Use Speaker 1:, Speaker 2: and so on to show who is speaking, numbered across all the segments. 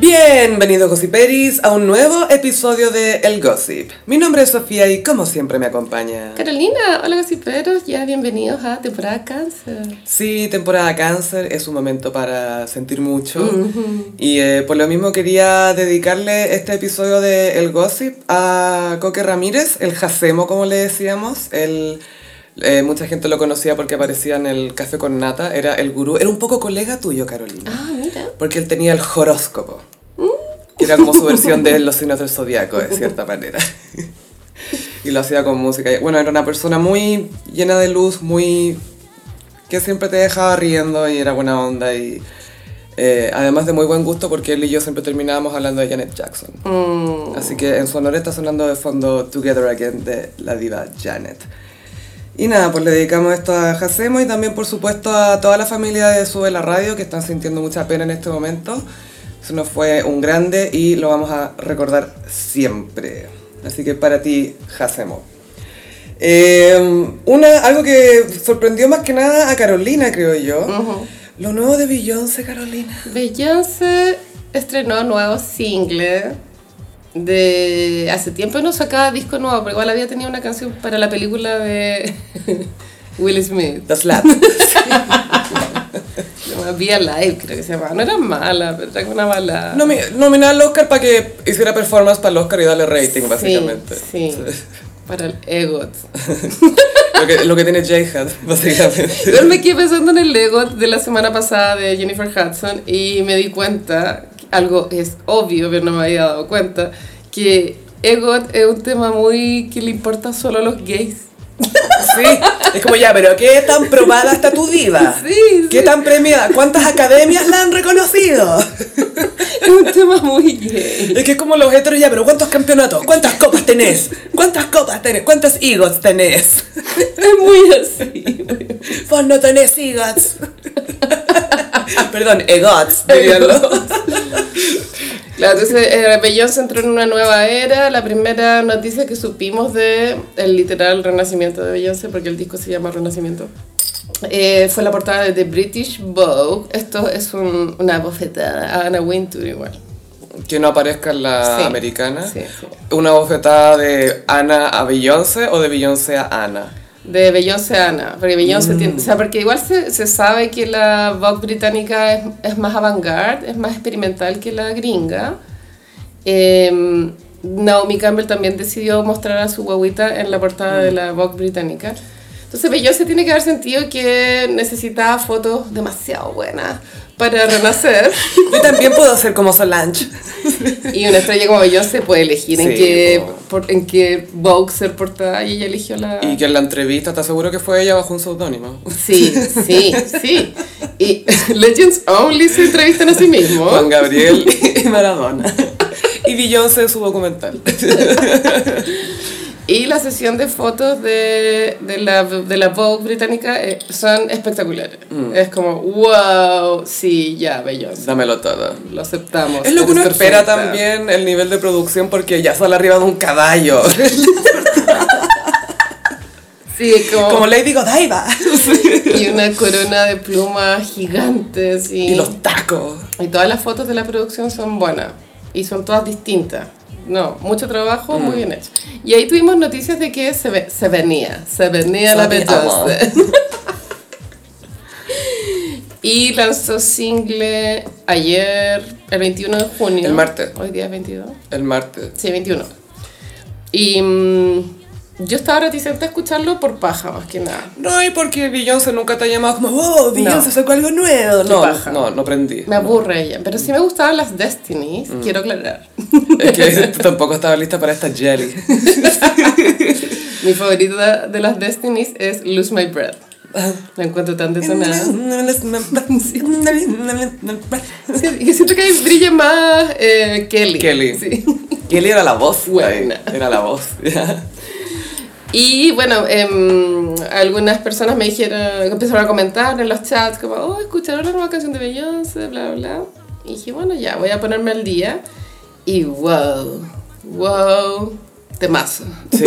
Speaker 1: Bienvenido Gossiperis a un nuevo episodio de El Gossip. Mi nombre es Sofía y como siempre me acompaña.
Speaker 2: Carolina, hola gossiperos, ya bienvenidos a temporada cáncer.
Speaker 1: Sí, temporada cáncer es un momento para sentir mucho y eh, por lo mismo quería dedicarle este episodio de El Gossip a Coque Ramírez, el jacemo como le decíamos, el... eh, mucha gente lo conocía porque aparecía en el Café con Nata, era el gurú, era un poco colega tuyo, Carolina.
Speaker 2: Ah, mira.
Speaker 1: Porque él tenía el horóscopo. Que era como su versión de los signos del zodiaco, de cierta manera. Y lo hacía con música. Y, Bueno, era una persona muy llena de luz, muy. que siempre te dejaba riendo y era buena onda. Y eh, además de muy buen gusto, porque él y yo siempre terminábamos hablando de Janet Jackson.
Speaker 2: Mm,
Speaker 1: Así que en su honor está sonando de fondo Together Again de la diva Janet. Y nada, pues le dedicamos esto a Jacemo y también por supuesto a toda la familia de Sube la Radio que están sintiendo mucha pena en este momento. Se nos fue un grande y lo vamos a recordar siempre. Así que para ti, Jacemo. Eh, una, algo que sorprendió más que nada a Carolina, creo yo. Lo nuevo de Beyoncé, Carolina.
Speaker 2: Beyoncé estrenó nuevo single. De hace tiempo no sacaba disco nuevo, pero igual había tenido una canción para la película de Will Smith.
Speaker 1: The Slap.
Speaker 2: Vía Live, creo que se llamaba. No era mala, pero era como una balada.
Speaker 1: Nomi- Nominar al Oscar para que hiciera performance para el Oscar y darle rating, básicamente.
Speaker 2: Sí, sí. Para el EGOT.
Speaker 1: Lo que, lo que tiene J-Hat, básicamente.
Speaker 2: Igual me quedé pensando en el Lego de la semana pasada de Jennifer Hudson y me di cuenta, algo es obvio, pero no me había dado cuenta, que EGOT es un tema muy que le importa solo a los gays.
Speaker 1: Sí, es como ya, pero ¿qué tan probada está tu diva?
Speaker 2: Sí, sí.
Speaker 1: ¿Qué tan premiada? ¿Cuántas academias la han reconocido?
Speaker 2: Es un tema muy gay.
Speaker 1: Es que es como los heteros ya, pero ¿cuántos campeonatos? ¿Cuántas copas tenés? ¿Cuántas copas tenés? ¿Cuántos higos tenés?
Speaker 2: Es muy así.
Speaker 1: Vos no tenés higos. Perdón, egots, dirían los-
Speaker 2: Claro, entonces eh, Beyoncé entró en una nueva era. La primera noticia que supimos de el literal renacimiento de Beyoncé, porque el disco se llama Renacimiento, eh, fue la portada de The British Vogue. Esto es un- una bofetada a Anna Wintour igual.
Speaker 1: Que no aparezca en la
Speaker 3: Ah,
Speaker 2: Sí,
Speaker 1: americana.
Speaker 2: sí, sí.
Speaker 1: Una bofetada de Ana a Beyoncé o de Beyoncé a Ana.
Speaker 2: De Beyoncé a Ana, porque Beyoncé
Speaker 1: Mm.
Speaker 2: tiene, o sea, porque igual se, se sabe que la Vogue británica es, es más avant-garde, es más experimental que la gringa. Eh, Naomi Campbell también decidió mostrar a su guaguita en la portada
Speaker 1: Mm.
Speaker 2: de la Vogue británica. Entonces Beyoncé tiene que haber sentido que necesitaba fotos demasiado buenas para renacer.
Speaker 1: Yo también puedo ser como Solange.
Speaker 2: y una estrella como Beyoncé puede elegir
Speaker 1: Sí,
Speaker 2: en, qué,
Speaker 1: po.
Speaker 2: por- en qué Vogue ser portada y ella eligió la...
Speaker 1: Y que en la entrevista está seguro que fue ella bajo un seudónimo.
Speaker 2: Sí, sí, sí. Y Legends Only se entrevistan a sí
Speaker 1: Juan
Speaker 2: mismos.
Speaker 1: Gabriel y Maradona. Y Beyoncé en su documental.
Speaker 2: Y la sesión de fotos de, de, la, de la Vogue británica eh, son espectaculares.
Speaker 1: Mm.
Speaker 2: Es como, wow, sí, ya, Beyoncé.
Speaker 1: Dámelo todo.
Speaker 2: Lo aceptamos.
Speaker 1: Es lo que
Speaker 2: eres
Speaker 1: uno espera
Speaker 2: perfecta.
Speaker 1: también el nivel de producción porque ya sale arriba de un caballo.
Speaker 2: Sí, es como,
Speaker 1: Como Lady Godiva.
Speaker 2: y una corona de plumas gigantes. Y,
Speaker 1: Y los tacos.
Speaker 2: y todas las fotos de la producción son buenas y son todas distintas. No, mucho trabajo, muy
Speaker 1: Mm.
Speaker 2: bien hecho. Y ahí tuvimos noticias de que se, ve- se venía, se venía la
Speaker 1: Sabíamos.
Speaker 2: Beyoncé. y lanzó single ayer, el 21 de junio.
Speaker 1: El martes.
Speaker 2: Hoy día es 22.
Speaker 1: El martes.
Speaker 2: Sí, 21. Y mm, yo estaba reticente a escucharlo por paja, más que nada.
Speaker 1: No, y porque Beyoncé nunca te ha llamado como, oh, Beyoncé
Speaker 2: No.
Speaker 1: sacó algo nuevo.
Speaker 2: Qué
Speaker 1: No,
Speaker 2: paja.
Speaker 1: no, no aprendí.
Speaker 2: Me aburre ella, pero sí me gustaban las Destinies,
Speaker 1: Mm.
Speaker 2: quiero aclarar.
Speaker 1: Es que tú tampoco estaba lista para esta jelly.
Speaker 2: Mi favorita de las Destinies es Lose My Breath. La encuentro tan detonada. Sí, Yo siento que ahí brilla más eh, Kelly.
Speaker 1: Kelly.
Speaker 2: Sí.
Speaker 1: Kelly era la voz. ahí.
Speaker 2: Buena.
Speaker 1: Era la voz.
Speaker 2: Y bueno, em, algunas personas me dijeron, empezaron a comentar en los chats, como, oh, escucharon la nueva canción de Beyoncé, bla, bla, bla. Y dije, bueno, ya, voy a ponerme al día. Y wow, wow, temazo.
Speaker 1: Sí.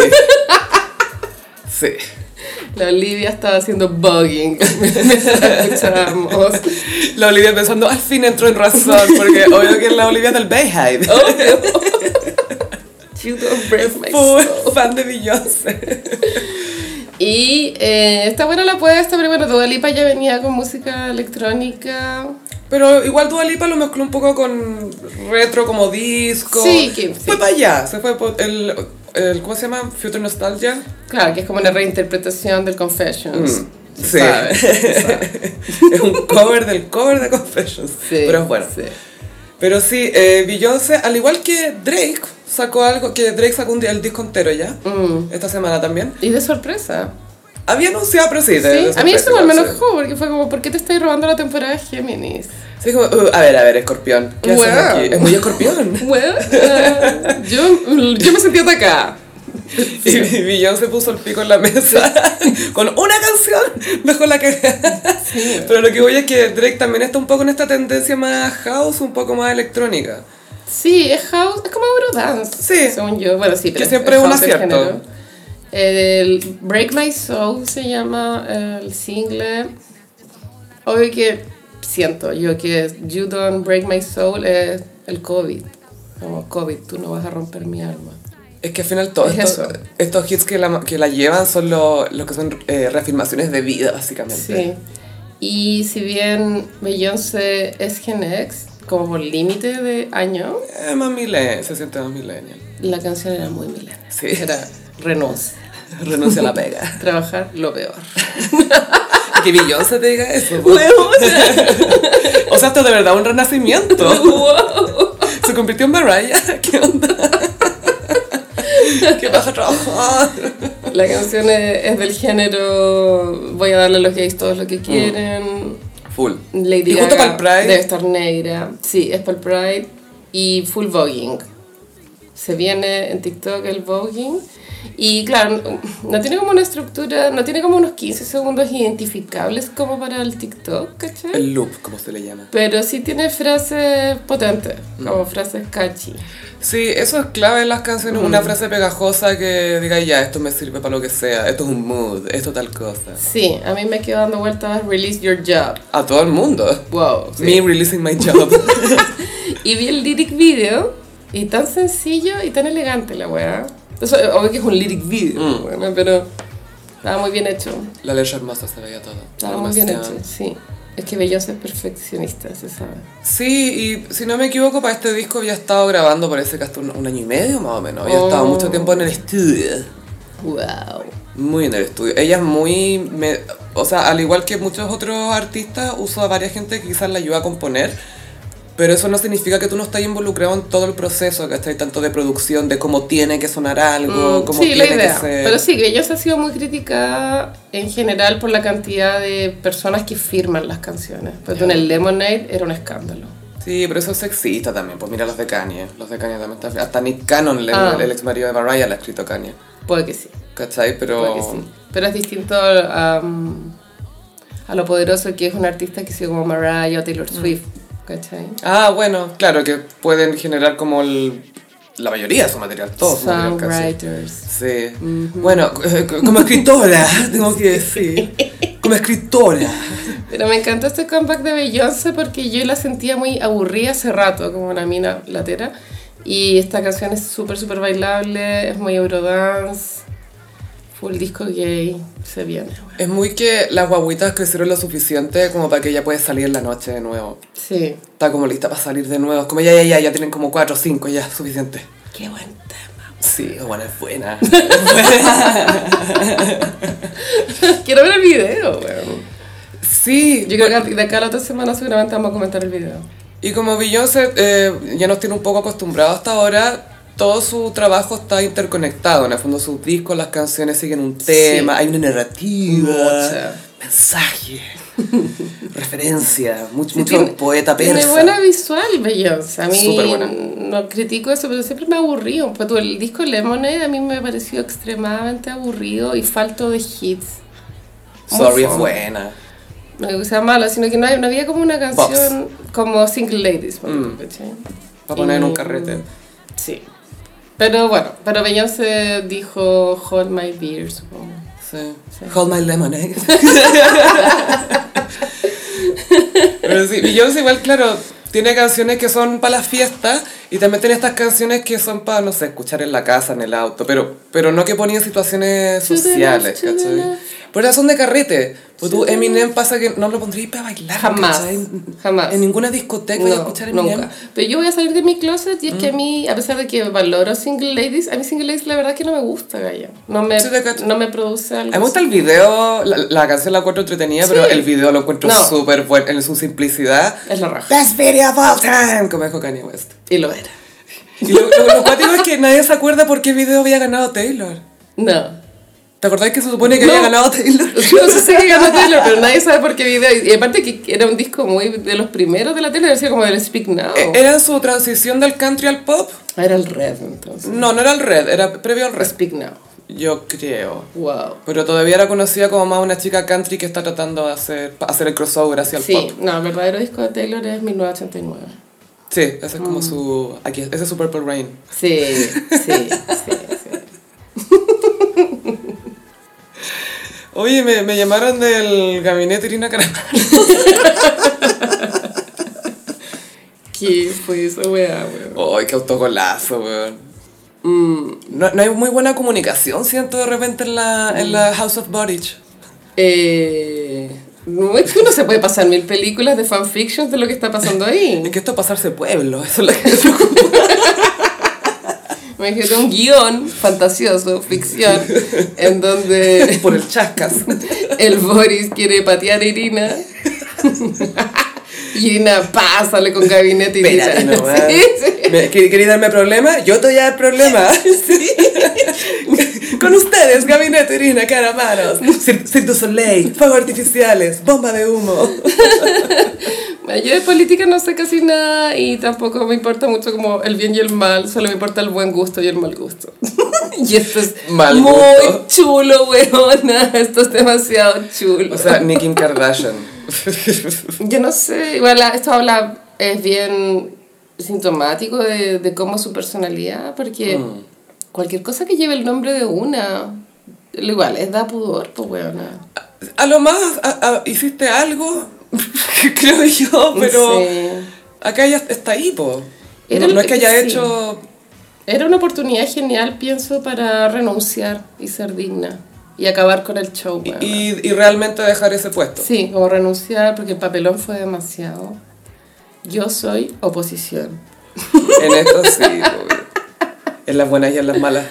Speaker 1: Sí.
Speaker 2: La Olivia estaba haciendo bugging mientras la escuchábamos.
Speaker 3: La Olivia pensando, al fin entró en razón, porque obvio que es la Olivia del Bayhive.
Speaker 2: You don't break my
Speaker 3: Full
Speaker 2: soul.
Speaker 3: fan de Beyoncé.
Speaker 2: Y eh, está buena la apuesta, pero bueno, Dua Lipa ya venía con música electrónica.
Speaker 3: Pero igual Dua Lipa lo mezcló un poco con retro como disco.
Speaker 2: Sí, que-
Speaker 3: Fue
Speaker 2: sí.
Speaker 3: para allá, se fue por el, el- ¿cómo se llama? Future Nostalgia.
Speaker 2: Claro, que es como una reinterpretación del Confessions.
Speaker 3: Mm, Sí.
Speaker 2: Se sabe, se sabe.
Speaker 3: es un cover del cover de Confessions.
Speaker 2: Sí,
Speaker 3: Pero es bueno.
Speaker 2: sí.
Speaker 3: Pero sí, eh, Beyoncé, al igual que Drake, sacó algo, que Drake sacó un día el disco entero ya,
Speaker 2: Mm.
Speaker 3: esta semana también.
Speaker 2: Y de sorpresa.
Speaker 3: Había anunciado, pero sí, de- de
Speaker 2: sí, a mí
Speaker 3: sorpresa
Speaker 2: eso igual me
Speaker 3: igual, sí.
Speaker 2: enojó porque fue como, ¿por qué te estáis robando la temporada de Géminis?
Speaker 3: Sí, como, "Uh, a ver, a ver, escorpión. ¿Qué haces
Speaker 2: Wow.
Speaker 3: aquí? Es muy escorpión.
Speaker 2: Bueno, eh, yo, yo me sentí atacada.
Speaker 3: Y Beyoncé puso el pico en la mesa con una canción, dejó la que... Pero lo que voy es que Drake también está un poco en esta tendencia más house, un poco más electrónica.
Speaker 2: Sí, es house, es como Eurodance.
Speaker 3: Sí.
Speaker 2: Según yo, bueno, sí, pero
Speaker 3: Que siempre es un
Speaker 2: house el
Speaker 3: acierto.
Speaker 2: género. Eh, El Break My Soul se llama eh, el single. Obvio que siento yo que You Don't Break My Soul es el COVID. Como COVID, tú no vas a romper mi alma.
Speaker 3: Es que al final todos
Speaker 2: Es
Speaker 3: estos,
Speaker 2: eso.
Speaker 3: estos hits que la, que la llevan son los los que son eh, reafirmaciones de vida, básicamente.
Speaker 2: Sí. Y si bien Beyoncé es Gen X, como por límite de año,
Speaker 3: Es más millennial, se siente más millennial.
Speaker 2: la canción era muy milenial.
Speaker 3: Sí.
Speaker 2: Era renuncia.
Speaker 3: Renuncia a la pega.
Speaker 2: Trabajar lo peor.
Speaker 3: que Beyoncé te diga eso. po. O sea, esto es de verdad un renacimiento. Se convirtió en Mariah. ¿Qué onda? ¿Qué pasa trabajar?
Speaker 2: La canción es, es del género Voy a darle a los gays todo lo que quieren.
Speaker 3: Full.
Speaker 2: Lady
Speaker 3: y justo
Speaker 2: Gaga
Speaker 3: para el Pride.
Speaker 2: debe estar negra. Sí, es para el Pride. Y full voguing. Se viene en TikTok el voguing. Y claro, no, no tiene como una estructura, no tiene como unos 15 segundos identificables como para el TikTok, ¿cachai?
Speaker 3: El loop, como se le llama.
Speaker 2: Pero sí tiene frases potentes, como frases catchy.
Speaker 3: Sí, eso es clave en las canciones. Una frase pegajosa que diga, ya, esto me sirve para lo que sea. Esto es un mood, esto tal cosa.
Speaker 2: Sí, a mí me quedo dando vueltas Release Your Job.
Speaker 3: A todo el mundo.
Speaker 2: Wow. sí.
Speaker 3: Me releasing my job.
Speaker 2: Y vi el lyric video y tan sencillo y tan elegante la weá. Eso, eh, obvio que es un lyric video,
Speaker 3: Mm.
Speaker 2: bueno, pero estaba muy bien hecho.
Speaker 3: la leche hermosa se veía todo.
Speaker 2: Estaba muy bien
Speaker 3: Demasiado.
Speaker 2: hecho, sí. Es que Beyoncé es perfeccionista, se sabe.
Speaker 3: Sí, y si no me equivoco, para este disco había estado grabando, parece que hasta un, un año y medio más o menos. Había
Speaker 2: Oh.
Speaker 3: estado mucho tiempo en el estudio.
Speaker 2: Wow.
Speaker 3: Muy en el estudio. Ella es muy... me- o sea, al igual que muchos otros artistas, uso a varias gente que quizás la ayuda a componer. Pero eso no significa que tú no estás involucrado en todo el proceso, que estáis tanto de producción, de cómo tiene que sonar algo,
Speaker 2: Mm,
Speaker 3: cómo
Speaker 2: sí, la
Speaker 3: tiene
Speaker 2: idea.
Speaker 3: que ser.
Speaker 2: Pero sí, que Beyoncé ha sido muy criticada en general por la cantidad de personas que firman las canciones. Porque en el Lemonade era un escándalo.
Speaker 3: Sí, pero eso es sexista también. Pues mira los de Kanye. Los de Kanye también están... Hasta Nick Cannon, le-
Speaker 2: Ah.
Speaker 3: el, ex marido de Mariah, le ha escrito Kanye.
Speaker 2: Puede que sí.
Speaker 3: ¿Cachai? Pero...
Speaker 2: Puede que sí. Pero es distinto am, a lo poderoso que es un artista que sigue como Mariah o Taylor Swift, ¿cachai?
Speaker 3: Ah, bueno, claro, que pueden generar como el- la mayoría de su material, todo su material casi.
Speaker 2: Songwriters.
Speaker 3: Sí. Bueno, eh, como escritora, tengo que decir. Como escritora.
Speaker 2: Pero me encantó este comeback de Beyoncé porque yo la sentía muy aburrida hace rato, como una mina latera. Y esta canción es súper, súper bailable, es muy Eurodance, full disco gay, se viene. bueno.
Speaker 3: Es muy que las guaguitas crecieron lo suficiente como para que ella pueda salir en la noche de nuevo.
Speaker 2: Sí.
Speaker 3: Está como lista para salir de nuevo. Es como ya, ya, ya, ya tienen como cuatro o cinco, ya, suficiente.
Speaker 2: Qué buen tema.
Speaker 3: Sí, bueno, es buena.
Speaker 2: Quiero ver el video, weón.
Speaker 3: Sí,
Speaker 2: Yo creo que de acá a la otra semana seguramente vamos a comentar el video.
Speaker 3: Y como Beyoncé eh, ya nos tiene un poco acostumbrados hasta ahora, todo su trabajo está interconectado. En el fondo, sus discos, las canciones siguen un tema, hay una narrativa,
Speaker 2: Mucha.
Speaker 3: mensaje, referencia, mucho,
Speaker 2: Sí,
Speaker 3: mucho
Speaker 2: tiene-
Speaker 3: poeta persa.
Speaker 2: Tiene buena visual, Beyoncé. A mí
Speaker 3: Súper buena.
Speaker 2: no critico eso, pero siempre me aburrió. Pues tú, el disco Lemonade a mí me pareció extremadamente aburrido y falto de hits.
Speaker 3: Sorry,
Speaker 2: Muy
Speaker 3: es
Speaker 2: fome.
Speaker 3: buena.
Speaker 2: No digo que sea malo, sino que no, hay- no había como una canción como Single Ladies. por
Speaker 3: Mm.
Speaker 2: ejemplo, ¿cachai?
Speaker 3: Para poner en un
Speaker 2: Y-
Speaker 3: carrete.
Speaker 2: Sí. Pero bueno, pero Beyoncé dijo Hold My Beer, supongo.
Speaker 3: Sí. Hold my ¿eh? lemonade. Pero sí, Beyoncé igual, claro, tiene canciones que son para las fiestas y también tiene estas canciones que son para, no sé, escuchar en la casa, en el auto, pero, pero no que ponía en situaciones
Speaker 2: To the
Speaker 3: sociales,
Speaker 2: left, to the
Speaker 3: ¿cachai?
Speaker 2: left.
Speaker 3: Pero esas son de carrete. Pues tú, Eminem pasa que no lo pondrías para bailar,
Speaker 2: Jamás,
Speaker 3: ¿cachai?
Speaker 2: jamás.
Speaker 3: En ninguna discoteca voy a escuchar Eminem.
Speaker 2: nunca. Pero yo voy a salir de mi closet y es que
Speaker 3: Mm.
Speaker 2: a mí, a pesar de que valoro Single Ladies, a mí Single Ladies la verdad que no me gusta, Gaya. No me,
Speaker 3: Sí, te cacho.
Speaker 2: no me produce algo.
Speaker 3: A mí me gusta el video, la, la canción la encuentro entretenida, pero el video lo encuentro
Speaker 2: No.
Speaker 3: súper bueno en su simplicidad.
Speaker 2: así. Es la raja.
Speaker 3: Best video of all time, como dijo Kanye West.
Speaker 2: Y lo era.
Speaker 3: Y lo, lo, lo cuático es que nadie se acuerda por qué video había ganado Taylor.
Speaker 2: No.
Speaker 3: ¿Te acordás que se supone que había
Speaker 2: No.
Speaker 3: ganado Taylor?
Speaker 2: Yo no sé qué ganó Taylor, pero nadie sabe por qué video. Y aparte que era un disco muy de los primeros de la tele, decía como del Speak Now.
Speaker 3: E- ¿Era su transición del country al pop?
Speaker 2: Ah, Era el Red entonces.
Speaker 3: No, no era el red, era previo al red.
Speaker 2: Speak Now.
Speaker 3: Yo creo.
Speaker 2: Wow.
Speaker 3: Pero todavía era conocida como más una chica country que está tratando de hacer, pa- hacer el crossover hacia el
Speaker 2: Sí,
Speaker 3: pop.
Speaker 2: no, el verdadero disco de Taylor es 1989.
Speaker 3: Sí, ese es
Speaker 2: Mm.
Speaker 3: como su... Aquí, ese es su Purple Rain.
Speaker 2: Sí, sí, sí. sí.
Speaker 3: Oye, me, me llamaron del gabinete Irina Caramar.
Speaker 2: ¿Qué fue esa weá, weón?
Speaker 3: Ay, qué autogolazo, weón. Mm, no, no hay muy buena comunicación, siento, de repente en la, en la House of Bondage.
Speaker 2: Eh, no, es que uno se puede pasar mil películas de fanfiction de lo que está pasando ahí.
Speaker 3: Es que esto es pasarse pueblo, eso es lo que
Speaker 2: Me dijeron un guión fantasioso, ficción, en donde
Speaker 3: por el chascas.
Speaker 2: el Boris quiere patear a Irina. Y Irina pásale con gabinete y
Speaker 3: Espérate
Speaker 2: Irina.
Speaker 3: nomás.
Speaker 2: Sí, sí.
Speaker 3: Me- ¿quer- ¿Queréis darme problema? Yo te voy a dar problema. Con ustedes, Gabinete Irina Caramaros, Cir Cirque du Soleil, fuegos artificiales, bomba de humo.
Speaker 2: Bueno, Yo de política no sé casi nada y tampoco me importa mucho como el bien y el mal, solo me importa el buen gusto y el mal gusto. y esto es
Speaker 3: Mal
Speaker 2: muy
Speaker 3: gusto.
Speaker 2: chulo, weona, esto es demasiado chulo.
Speaker 3: O sea, Nicki Kardashian.
Speaker 2: Yo no sé, igual la- esto habla, es bien sintomático de, de cómo es su personalidad, porque
Speaker 3: Mm.
Speaker 2: cualquier cosa que lleve el nombre de una, igual, es da pudor, pues weona.
Speaker 3: A lo más, a- a- hiciste algo, creo yo, Ah, pero
Speaker 2: Sí.
Speaker 3: acá ya está ahí, po.
Speaker 2: Era
Speaker 3: No,
Speaker 2: lo
Speaker 3: no es que
Speaker 2: que-
Speaker 3: haya
Speaker 2: sí.
Speaker 3: hecho...
Speaker 2: Era una oportunidad genial, pienso, para renunciar y ser digna. Y acabar con el show, weona.
Speaker 3: Y, y realmente dejar ese puesto.
Speaker 2: Sí, como renunciar porque el papelón fue demasiado. Yo soy oposición.
Speaker 3: En esto sí, obvio. En las buenas y en las malas.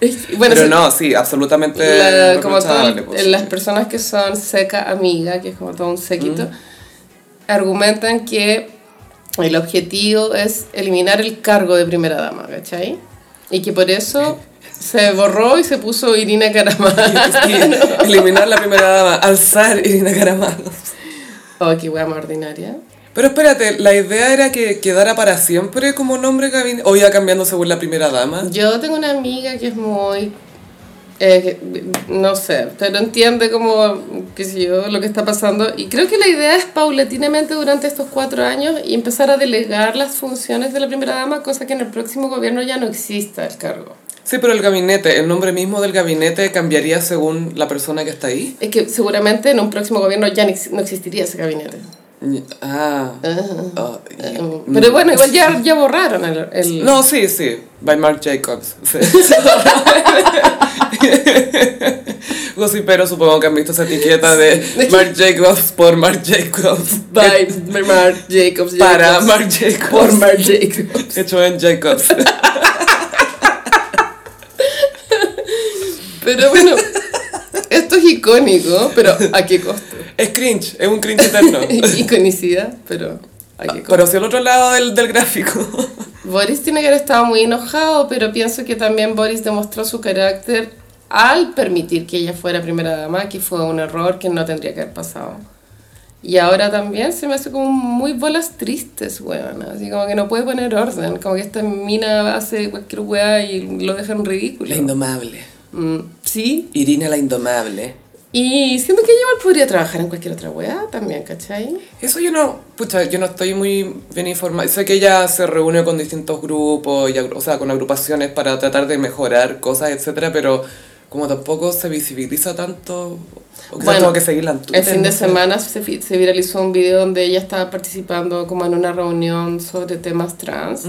Speaker 2: Es que- Bueno,
Speaker 3: Pero
Speaker 2: sí,
Speaker 3: no, sí, absolutamente.
Speaker 2: la- como todo el-
Speaker 3: reprochable, pues,
Speaker 2: las
Speaker 3: sí.
Speaker 2: personas que son seca amiga, que es como todo un séquito, argumentan que el objetivo es eliminar el cargo de primera dama, ¿cachai? Y que por eso se borró y se puso Irina Caramán.
Speaker 3: Sí, eliminar la primera dama, alzar Irina Caramanos.
Speaker 2: Oh, qué wea más ordinaria.
Speaker 3: Pero espérate, la idea era que quedara para siempre como nombre gabinete. O iba cambiando según la primera dama.
Speaker 2: Yo tengo una amiga que es muy... eh, que- no sé, pero entiende como, qué sé yo, lo que está pasando. Y creo que la idea es paulatinamente durante estos cuatro años y empezar a delegar las funciones de la primera dama, cosa que en el próximo gobierno ya no exista el cargo.
Speaker 3: Sí, pero el gabinete, el nombre mismo del gabinete cambiaría según la persona que está ahí.
Speaker 2: Es que seguramente en un próximo gobierno ya no ex- no existiría ese gabinete.
Speaker 3: Ah.
Speaker 2: Ah,
Speaker 3: ah,
Speaker 2: eh, Pero bueno, igual ya, ya borraron el... el-
Speaker 3: No, sí, sí. By Mark Jacobs. Sí. Gossipero, supongo que han visto esa etiqueta de Mark Jacobs por Mark Jacobs.
Speaker 2: By Mark Jacobs.
Speaker 3: Para
Speaker 2: Jacobs,
Speaker 3: Mark Jacobs.
Speaker 2: por Mark Jacobs.
Speaker 3: Hecho en Jacobs.
Speaker 2: Pero bueno, esto es icónico, pero ¿a qué costo?
Speaker 3: Es cringe, es un cringe eterno.
Speaker 2: Iconicidad, pero ¿a qué costo?
Speaker 3: Pero hacia el otro lado del, del gráfico.
Speaker 2: Boris tiene que haber estado muy enojado, pero pienso que también Boris demostró su carácter al permitir que ella fuera primera dama, que fue un error que no tendría que haber pasado. Y ahora también se me hace como muy bolas tristes, weón. Así como que no puede poner orden. Como que esta mina hace cualquier weá y lo dejan ridículo.
Speaker 3: indomable.
Speaker 2: Mm, sí,
Speaker 3: Irina la indomable.
Speaker 2: Y siento que ella igual podría trabajar en cualquier otra weá también, ¿cachai?
Speaker 3: Eso yo no, pucha, yo no estoy muy bien informada. Sé que ella se reúne con distintos grupos, y agru- o sea, con agrupaciones para tratar de mejorar cosas, etcétera, pero como tampoco se visibiliza tanto, o quizás
Speaker 2: Bueno,
Speaker 3: tengo que seguir la
Speaker 2: El fin de semana se, fi- se viralizó un video donde ella estaba participando como en una reunión sobre temas trans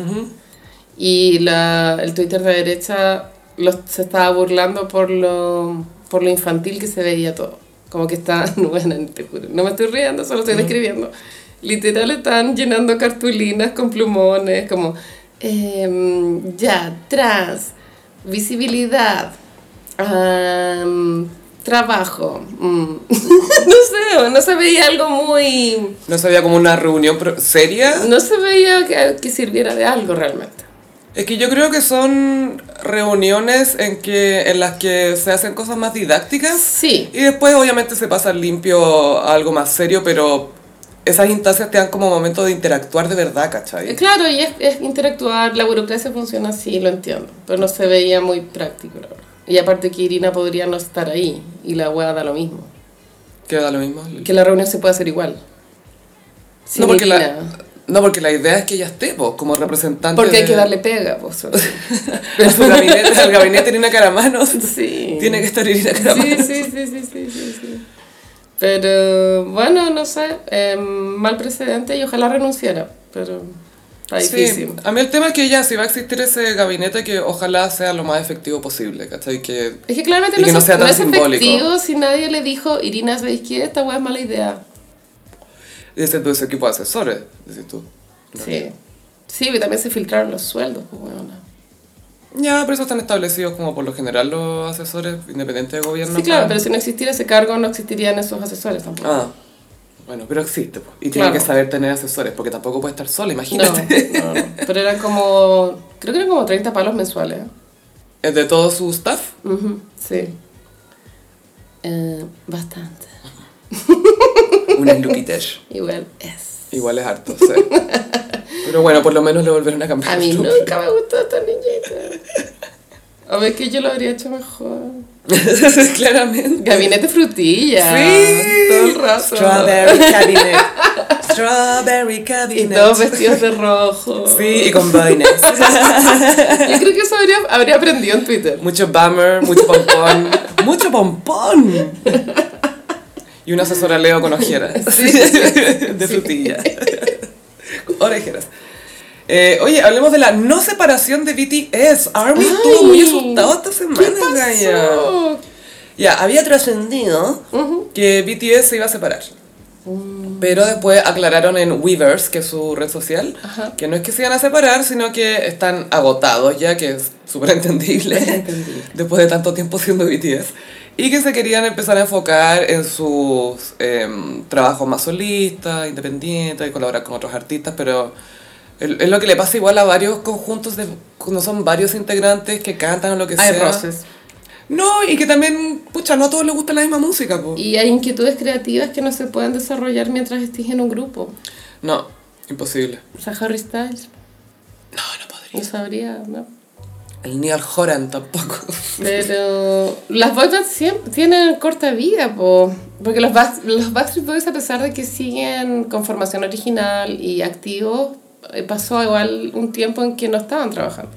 Speaker 2: y la, el Twitter de derecha los, se estaba burlando por lo, por lo infantil que se veía todo. Como que está, bueno, te juro, no me estoy riendo, solo estoy describiendo. Literal están llenando cartulinas con plumones, como, em, ya, trans, visibilidad, am, trabajo. mm. no sé, no se veía algo muy...
Speaker 3: No se veía como una reunión pro- seria.
Speaker 2: No se veía que- que sirviera de algo realmente.
Speaker 3: Es que yo creo que son reuniones en, que, en las que se hacen cosas más didácticas
Speaker 2: Sí,
Speaker 3: y después obviamente se pasa limpio a algo más serio, pero esas instancias te dan como momento de interactuar de verdad,
Speaker 2: Eh,
Speaker 3: ¿cachai?
Speaker 2: Claro, y es, es interactuar, la burocracia funciona así, lo entiendo, pero no se veía muy práctico, la verdad. Y aparte que Irina podría no estar ahí, y la wea da lo mismo.
Speaker 3: Queda lo mismo.
Speaker 2: Que la reunión se puede hacer igual. Sin
Speaker 3: no, porque
Speaker 2: Irina.
Speaker 3: la, no, porque la idea es que ella esté, po, como representante
Speaker 2: Porque hay
Speaker 3: de-
Speaker 2: que darle pega, pues. solo.
Speaker 3: de su gabinete, al gabinete Irina Caramanos.
Speaker 2: Sí.
Speaker 3: Tiene que estar Irina
Speaker 2: Sí,
Speaker 3: Caramanos.
Speaker 2: sí, sí, sí, sí, sí, sí. Pero bueno, no sé, eh, mal precedente y ojalá renunciara, pero está difícil.
Speaker 3: a mí el tema es que ya, si va a existir ese gabinete, que ojalá sea lo más efectivo posible, ¿cachai? Que
Speaker 2: Es que claramente
Speaker 3: Y
Speaker 2: no,
Speaker 3: que no
Speaker 2: es-
Speaker 3: sea tan
Speaker 2: no es
Speaker 3: simbólico.
Speaker 2: efectivo si nadie le dijo, Irina, ¿sabéis qué? Esta weá es mala idea.
Speaker 3: desde tu ese equipo de asesores, decís tú.
Speaker 2: Sí. Sí, pero también se filtraron los sueldos, pues weona.
Speaker 3: Ya, pero eso están establecidos como por lo general los asesores independientes de gobierno.
Speaker 2: Sí, claro,
Speaker 3: pa-
Speaker 2: pero si no existiera ese cargo no existirían esos asesores tampoco.
Speaker 3: Ah, bueno, pero existe, po. Y tiene
Speaker 2: Claro.
Speaker 3: que saber tener asesores, porque tampoco puede estar sola,
Speaker 2: no,
Speaker 3: imagínate.
Speaker 2: no, no. Pero eran como, creo que eran como 30 palos mensuales.
Speaker 3: Es de todo su staff.
Speaker 2: Ujú, sí. Eh, bastante.
Speaker 3: Una luquiter.
Speaker 2: Igual es.
Speaker 3: Igual es harto, sí. Pero bueno, por lo menos le volvieron a cambiar.
Speaker 2: A mí
Speaker 3: el nombre.
Speaker 2: nunca me gustó esta niñita. A ver que yo lo habría hecho mejor.
Speaker 3: Claramente.
Speaker 2: Gabinete frutilla.
Speaker 3: Sí.
Speaker 2: Todo el rato.
Speaker 3: Strawberry cabinet. Strawberry
Speaker 2: Y
Speaker 3: cabinet.
Speaker 2: todos vestidos de rojo.
Speaker 3: Sí, y con boines.
Speaker 2: Yo creo que eso habría, habría aprendido en Twitter.
Speaker 3: Mucho bummer, mucho pompón. ¡Mucho pompón! Y una asesora Leo con ojeras. de frutilla. Orejeras. Eh, oye, hablemos de la no separación de BTS. Army
Speaker 2: Ay.
Speaker 3: estuvo muy asustado esta semana,
Speaker 2: ¿Qué
Speaker 3: Gaia.
Speaker 2: pasó?
Speaker 3: Ya, había trascendido que BTS se iba a separar. Pero después aclararon en Weavers, que es su red social,
Speaker 2: Ajá.
Speaker 3: que no es que se iban a separar, sino que están agotados ya, que es súper entendible,
Speaker 2: Entendible.
Speaker 3: después de tanto tiempo siendo BTS, y que se querían empezar a enfocar en sus em, trabajos más solistas, independientes, y colaborar con otros artistas, pero es es lo que le pasa igual a varios conjuntos, de, no son varios integrantes que cantan o lo que
Speaker 2: Hay
Speaker 3: sea.
Speaker 2: roces.
Speaker 3: No, y que también, pucha, no a todos les gusta la misma música, po.
Speaker 2: Y hay inquietudes creativas que no se pueden desarrollar mientras estés en un grupo.
Speaker 3: No, imposible.
Speaker 2: O sea, Harry Styles,
Speaker 3: No, no podría.
Speaker 2: no sabría, ¿no?
Speaker 3: El Neil Horan tampoco.
Speaker 2: Pero las boy bands siempre tienen corta vida, po. porque los, Back- los Backstreet Boys, a pesar de que siguen con formación original y activos, eh, pasó igual un tiempo en que no estaban trabajando.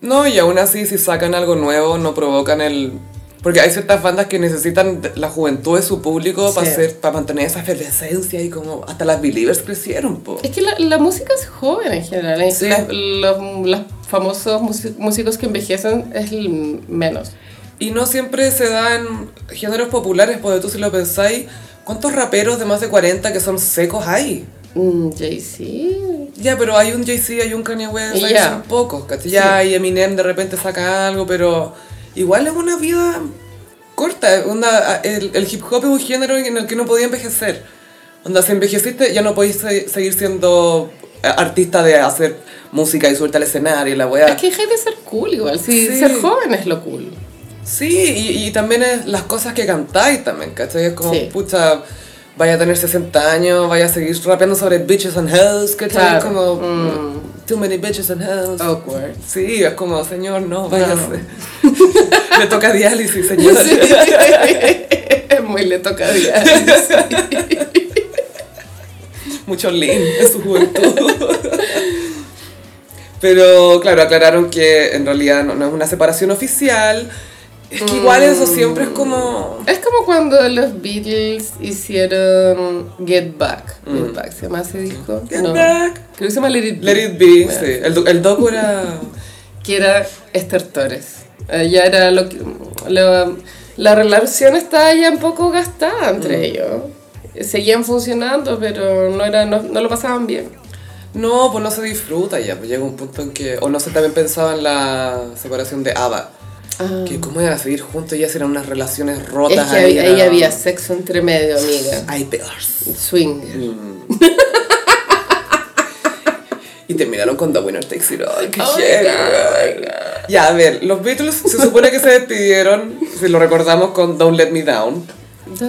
Speaker 3: No, y aún así, si sacan algo nuevo, no provocan el... Porque hay ciertas bandas que necesitan de- la juventud de su público
Speaker 2: Sí.
Speaker 3: para, hacer, para mantener esa efervescencia y como hasta las Believers crecieron, po.
Speaker 2: Es que la, la música es joven en general. eh.
Speaker 3: Sí.
Speaker 2: Las- Los, los famosos músi- músicos que envejecen es el menos.
Speaker 3: Y no siempre se dan géneros populares, porque tú si lo pensáis, ¿cuántos raperos de más de 40 que son secos hay?
Speaker 2: Mm, Jay-Z.
Speaker 3: Ya, pero hay un Jay-Z, hay un Kanye West,
Speaker 2: Y
Speaker 3: hay
Speaker 2: ya.
Speaker 3: son pocos, ¿cachai? Ya, y Eminem de repente saca algo, pero igual es una vida corta. Onda, el, el hip hop es un género en el que no podía envejecer. Onda, si envejeciste, ya no podéis se- seguir siendo eh, artista de hacer música y subirte al escenario y la weá.
Speaker 2: Es que hay de ser cool igual. Si
Speaker 3: Sí.
Speaker 2: ser joven es lo cool.
Speaker 3: Sí, y, y también es las cosas que cantáis también, ¿cachai? Es como,
Speaker 2: Sí.
Speaker 3: pucha, vaya a tener 60 años, vaya a seguir rapeando sobre bitches and hoes, ¿cachai? Es
Speaker 2: Claro.
Speaker 3: como,
Speaker 2: Mm.
Speaker 3: too many bitches and hoes.
Speaker 2: Awkward.
Speaker 3: Sí, es como, señor, no, váyase. Le toca diálisis, señor.
Speaker 2: Sí. Muy le toca a Diana.
Speaker 3: Mucho lean en su juventud. Pero, claro, aclararon que en realidad no, no es una separación oficial. Es que igual eso siempre es como.
Speaker 2: Es como cuando los Beatles hicieron Get Back. Get Back, ¿se llama ese disco?
Speaker 3: Mm. Get Back.
Speaker 2: Creo que se llama Let It Be.
Speaker 3: Let it be, sí. El, do- el docu era.
Speaker 2: Que era Esther Torres. Ella era lo que. mm, lo- la relación estaba ya un poco gastada entre
Speaker 3: Mm.
Speaker 2: ellos. Seguían funcionando, pero no, era, no, no lo pasaban bien.
Speaker 3: No, pues no se disfruta ya, pues llega un punto en que. O no sé, también pensaba en la separación de Ava. Que cómo iban a seguir juntos, ya eran unas relaciones rotas.
Speaker 2: es que
Speaker 3: ahí
Speaker 2: ahí,
Speaker 3: era-
Speaker 2: ahí había sexo entre medio, amiga.
Speaker 3: Ay, peor.
Speaker 2: Swinger.
Speaker 3: Mm. Y terminaron con The Winner Takes It All. ¡Qué
Speaker 2: Oh my
Speaker 3: heavy,
Speaker 2: God,
Speaker 3: güey. Ya, a ver, los Beatles se supone que se despidieron, si lo recordamos, con Don't Let Me Down.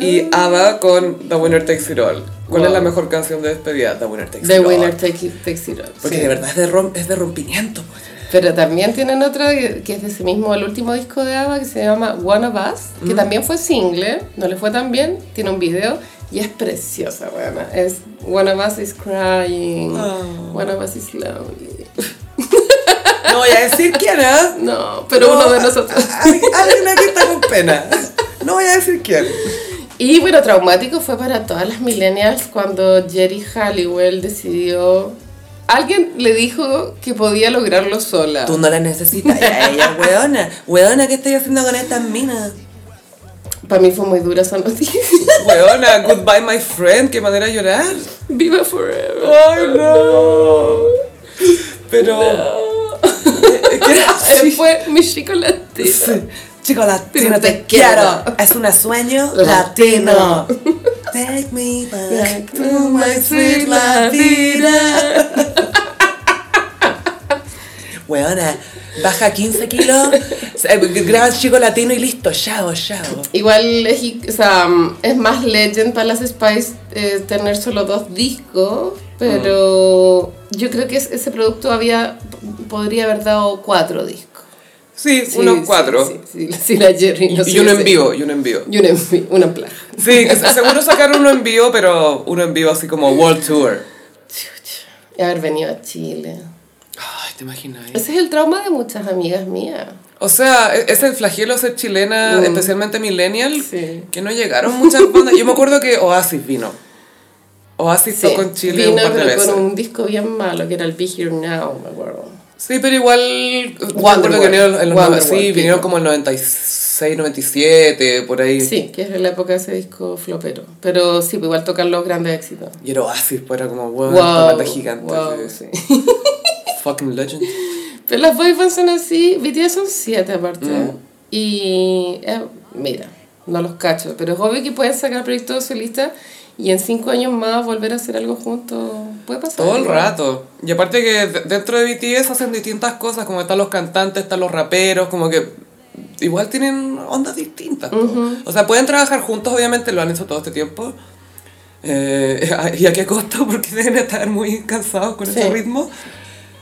Speaker 3: Y ABBA con The Winner Takes It All. ¿Cuál
Speaker 2: Wow.
Speaker 3: es la mejor canción de despedida? The Winner Takes
Speaker 2: The
Speaker 3: It
Speaker 2: Winner
Speaker 3: All.
Speaker 2: Take It- Takes It All.
Speaker 3: Porque
Speaker 2: sí.
Speaker 3: de verdad es de, rom- es de rompimiento. pues.
Speaker 2: Pero también tienen otra que que es de ese mismo, el último disco de ABBA que se llama One of Us,
Speaker 3: Mm.
Speaker 2: que también fue single, no le fue tan bien, tiene un video y es preciosa, buena. Es One of Us is crying,
Speaker 3: Oh.
Speaker 2: One of Us is lonely.
Speaker 3: No voy a decir quién es.
Speaker 2: No, pero
Speaker 3: No,
Speaker 2: uno de
Speaker 3: a-
Speaker 2: nosotros.
Speaker 3: a- a- Alguien aquí está con pena. No voy a decir quién.
Speaker 2: Y bueno, traumático fue para todas las millennials cuando Jerry Halliwell decidió... Alguien le dijo que podía lograrlo sola.
Speaker 3: no la necesitas a ella, weona. Weona, ¿qué estoy haciendo con estas minas?
Speaker 2: Para mí fue muy dura esa noticia.
Speaker 3: Weona, goodbye my friend, qué manera de llorar.
Speaker 2: Viva forever.
Speaker 3: Ay, no. Pero. ¿Qué
Speaker 2: Fue mi chocolate.
Speaker 3: Chico
Speaker 2: latino, te quiero.
Speaker 3: Es un sueño
Speaker 2: latino.
Speaker 3: Take me
Speaker 2: back to my sweet Latina.
Speaker 3: Weona, baja 15 kilos, grabas chico latino y listo, chao, chao.
Speaker 2: Igual es, hi- o sea, mm, es más legend para las Spice eh, tener solo dos discos, pero yo creo que es- ese producto había p- podría haber dado cuatro discos.
Speaker 3: Sí,
Speaker 2: Sí,
Speaker 3: unos
Speaker 2: sí,
Speaker 3: cuatro.
Speaker 2: Sí, sí, sí, la Jerry.
Speaker 3: Y,
Speaker 2: no
Speaker 3: y uno
Speaker 2: sé.
Speaker 3: en vivo, y uno en vivo.
Speaker 2: Y un en vivo, una plaja.
Speaker 3: Sí, que se- seguro sacaron uno en vivo, pero uno en vivo así como World Tour.
Speaker 2: Chucha. Y haber venido a Chile.
Speaker 3: Ay, ¿te imaginas?
Speaker 2: Ese es el trauma de muchas amigas mías.
Speaker 3: O sea, e- es el flagelo ser chilena, especialmente millennial,
Speaker 2: Mm. Sí.
Speaker 3: que no llegaron muchas bandas. Yo me acuerdo que Oasis vino. Oasis
Speaker 2: Sí,
Speaker 3: tocó en Chile un
Speaker 2: vino
Speaker 3: par de
Speaker 2: pero
Speaker 3: veces.
Speaker 2: con un disco bien malo que era el Be Here Now, me acuerdo.
Speaker 3: Sí, pero igual... me acuerdo que
Speaker 2: Wonderwall.
Speaker 3: vinieron en los
Speaker 2: Wonderwall,
Speaker 3: nove- Sí,
Speaker 2: pico.
Speaker 3: vinieron como en 96, 97, por ahí.
Speaker 2: Sí, que es la época de ese disco flopero. Pero sí, pues igual tocan los grandes éxitos.
Speaker 3: Y era Oasis, pues era como, wow, esta
Speaker 2: Wow,
Speaker 3: banda gigante.
Speaker 2: wow,
Speaker 3: sí.
Speaker 2: sí.
Speaker 3: Fucking legend.
Speaker 2: Pero las boy bands son así, BTS son siete aparte.
Speaker 3: Mm.
Speaker 2: Y eh, mira, no los cacho, pero es obvio que pueden sacar proyectos solistas y en cinco años más volver a hacer algo juntos. Puede pasar.
Speaker 3: Todo el
Speaker 2: igual.
Speaker 3: rato. Y aparte que de- dentro de BTS hacen distintas cosas, como están los cantantes, están los raperos, como que igual tienen ondas distintas. po. O sea, pueden trabajar juntos, obviamente, lo han hecho todo este tiempo. Eh, ¿Y a qué costo? Porque deben estar muy cansados con
Speaker 2: Sí.
Speaker 3: ese ritmo.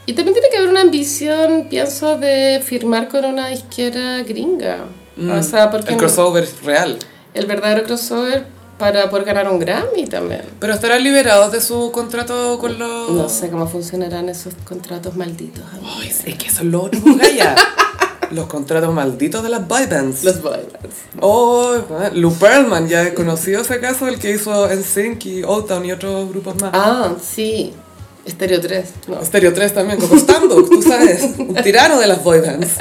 Speaker 2: Y también tiene que haber una ambición, pienso, de firmar con una izquierda gringa. O sea, porque
Speaker 3: Mm. El crossover es real.
Speaker 2: el verdadero crossover para poder ganar un Grammy también.
Speaker 3: Pero estarán liberados de su contrato con los...
Speaker 2: No sé cómo funcionarán esos contratos malditos. ¿eh? amiga.
Speaker 3: Ay, es que eso es lo otro, Gaya. Los contratos malditos de las boy bands.
Speaker 2: Los boybands.
Speaker 3: Oh, bueno, Lou Pearlman, ya es conocido ese caso, el que hizo NSYNC y Old Town y otros grupos más. Ah,
Speaker 2: Ah, sí. Estéreo 3. No.
Speaker 3: Stereo 3 también, como Standook, tú sabes, un tirano de las boy bands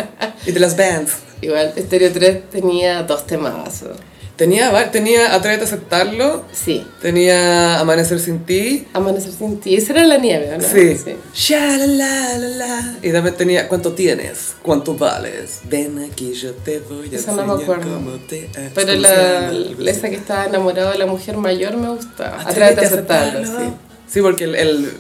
Speaker 3: y de las bands.
Speaker 2: Igual, Estéreo 3 tenía dos temazos.
Speaker 3: Tenía, va- tenía Atrévete a aceptarlo,
Speaker 2: Sí.
Speaker 3: tenía Amanecer sin ti,
Speaker 2: Amanecer sin ti. Esa era la nieve, ¿no?
Speaker 3: sí, Sha-la-la-la-la. y también tenía ¿Cuánto tienes? ¿Cuánto vales? Ven aquí, yo te voy a
Speaker 2: Esa no
Speaker 3: enseñar
Speaker 2: me acuerdo.
Speaker 3: cómo te hace-
Speaker 2: Pero
Speaker 3: cómo
Speaker 2: la,
Speaker 3: se llama
Speaker 2: la- esa que estaba enamorada de la mujer mayor me gustaba. Atrévete a
Speaker 3: Atrévete
Speaker 2: aceptarlo, sí.
Speaker 3: Sí, porque el, el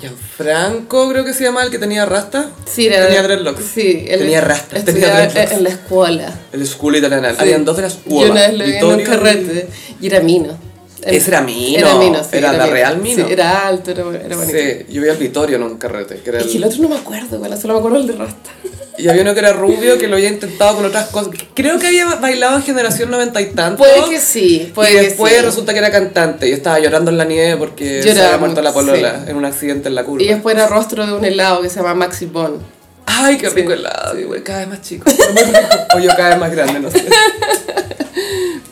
Speaker 3: Gianfranco creo que se llama el que tenía rasta.
Speaker 2: Sí, era-
Speaker 3: Tenía dreadlocks.
Speaker 2: Sí, él
Speaker 3: Tenía rastas, tenía
Speaker 2: estudiaba
Speaker 3: dreadlocks.
Speaker 2: en la escuela.
Speaker 3: El school italiano.
Speaker 2: Sí.
Speaker 3: Habían dos de las
Speaker 2: Yo una
Speaker 3: escuelas.
Speaker 2: vez lo vi en un carrete y era mino.
Speaker 3: Ese era mino,
Speaker 2: Era mino, sí.
Speaker 3: era la real mino.
Speaker 2: Sí, era alto, era, era bonito.
Speaker 3: Sí, yo vi al Vittorio en un carrete. que era
Speaker 2: Es
Speaker 3: el-
Speaker 2: que el otro no me acuerdo, igual, solo me acuerdo el de Rasta.
Speaker 3: Y había uno que era rubio que lo había intentado con otras cosas. Creo que había bailado en generación noventa y tanto.
Speaker 2: Puede que sí, puede
Speaker 3: y
Speaker 2: que
Speaker 3: después
Speaker 2: sí.
Speaker 3: resulta que era cantante y estaba llorando en la nieve porque se
Speaker 2: Lloraba
Speaker 3: había muerto la
Speaker 2: mucho,
Speaker 3: polola en un accidente en la curva.
Speaker 2: Y después era rostro de un helado que se llama Maxi Bon.
Speaker 3: Ay, qué rico helado. Sí, güey, cada vez más chico. pero muy rico. O yo cada vez más grande, no sé.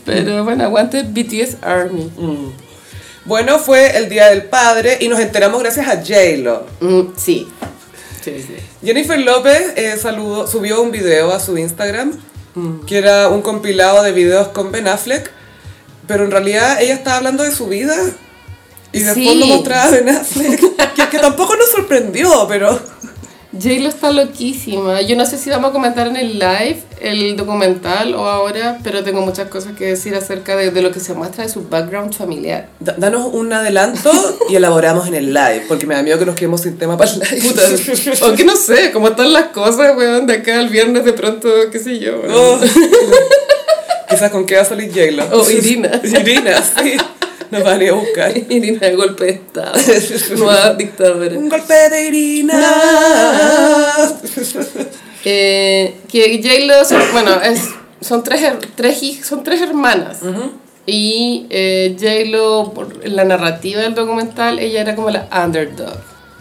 Speaker 2: Pero bueno, aguante BTS Army.
Speaker 3: Bueno, fue el Día del Padre y nos enteramos gracias a J-Lo.
Speaker 2: Mm, sí. Sí, sí.
Speaker 3: Jennifer López eh, saludó- subió un video a su Instagram, que era un compilado de videos con Ben Affleck, pero en realidad ella estaba hablando de su vida y de
Speaker 2: Sí.
Speaker 3: fondo mostraba a Ben Affleck, que, que tampoco nos sorprendió, pero...
Speaker 2: J-Lo está loquísima. Yo no sé si vamos a comentar en el live el documental o ahora, pero tengo muchas cosas que decir acerca de, de lo que se muestra de su background familiar.
Speaker 3: Da- Danos un adelanto y elaboramos en el live, porque me da miedo que nos quedemos sin tema para el live.
Speaker 2: Puta, aunque no sé, cómo están las cosas, weón, de acá al viernes de pronto, qué sé yo. weón.
Speaker 3: Oh. Quizás con qué va a salir J-Lo.
Speaker 2: O Irina.
Speaker 3: Irina, sí. Nos van a ir a buscar.
Speaker 2: Irina, golpe de estado. Nueva dictadora.
Speaker 3: Un golpe de Irina.
Speaker 2: Eh, que J-Lo, son- bueno, es- son, tres, her- tres, hij- son tres hermanas. Y eh, J-Lo, por la narrativa del documental, ella era como la underdog.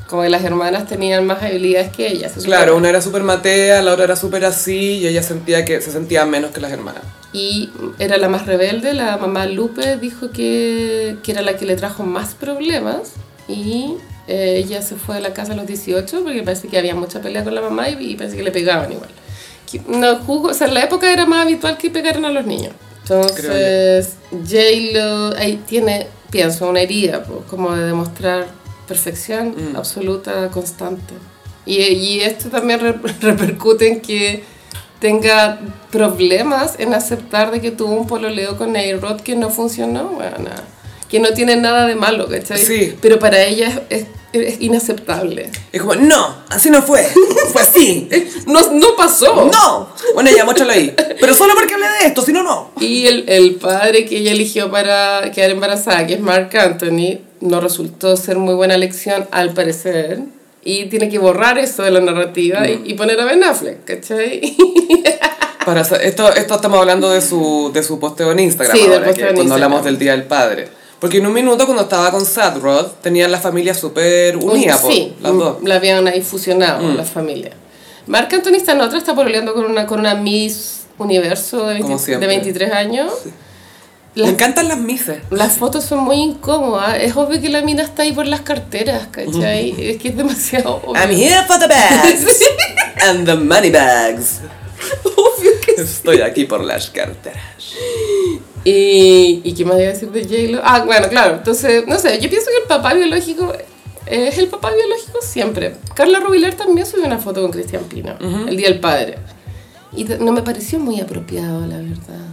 Speaker 2: Como que las hermanas tenían más habilidades que ella. se supone.
Speaker 3: Claro, una era súper matea, la otra era súper así y ella sentía que se sentía menos que las hermanas.
Speaker 2: Y era la más rebelde. La mamá Lupe dijo que, que era la que le trajo más problemas. Y eh, ella se fue de la casa a los 18 porque parece que había mucha pelea con la mamá y, y parece que le pegaban igual. Que- No juzgo, o sea, en la época era más habitual que pegaran a los niños. Entonces, J-Lo ahí tiene, pienso, una herida, po, como de demostrar perfección
Speaker 3: Mm.
Speaker 2: absoluta, constante. Y, y esto también re- repercute en que tenga problemas en aceptar de que tuvo un pololeo con A-Rod que no funcionó, bueno, que no tiene nada de malo, ¿cachai?
Speaker 3: Sí.
Speaker 2: Pero para ella es, es- es inaceptable.
Speaker 3: Es como, no, así no fue. Fue así.
Speaker 2: Eh, No, no pasó.
Speaker 3: No. Bueno, ya, muéstralo ahí. Pero solo porque hablé de esto, si no, no.
Speaker 2: Y el, el padre que ella eligió para quedar embarazada, que es Mark Anthony, no resultó ser muy buena elección al parecer. Y tiene que borrar eso de la narrativa y, y poner a Ben Affleck, ¿cachai?
Speaker 3: Para sa- esto, esto estamos hablando de su, de su posteo en Instagram
Speaker 2: Sí, del
Speaker 3: ahora, que
Speaker 2: posteo en
Speaker 3: cuando hablamos
Speaker 2: Instagram.
Speaker 3: del Día del Padre. Porque en un minuto cuando estaba con Sad Rod, tenían la familia súper unida, po,
Speaker 2: sí,
Speaker 3: las dos. Mm.
Speaker 2: la habían ahí fusionado, la familia. Marc Anthony está en otra, está pololeando con una, con una Miss Universo de,
Speaker 3: Como
Speaker 2: 20 de
Speaker 3: siempre.
Speaker 2: 23 años.
Speaker 3: Me
Speaker 2: Las,
Speaker 3: encantan las mises.
Speaker 2: las fotos son muy incómodas. Es obvio que la mina está ahí por las carteras, ¿cachai? Es que es demasiado obvio.
Speaker 3: I'm here for the bags and the money bags.
Speaker 2: obvio que
Speaker 3: Estoy aquí por las carteras.
Speaker 2: ¿Y, ¿Y qué más iba a decir de J-Lo? Ah, bueno, claro. Entonces, no sé, yo pienso que el papá biológico eh, es el papá biológico siempre. Carla Rubilar también subió una foto con Cristian Pino, el Día del Padre. Y t- no me pareció muy apropiado, la verdad.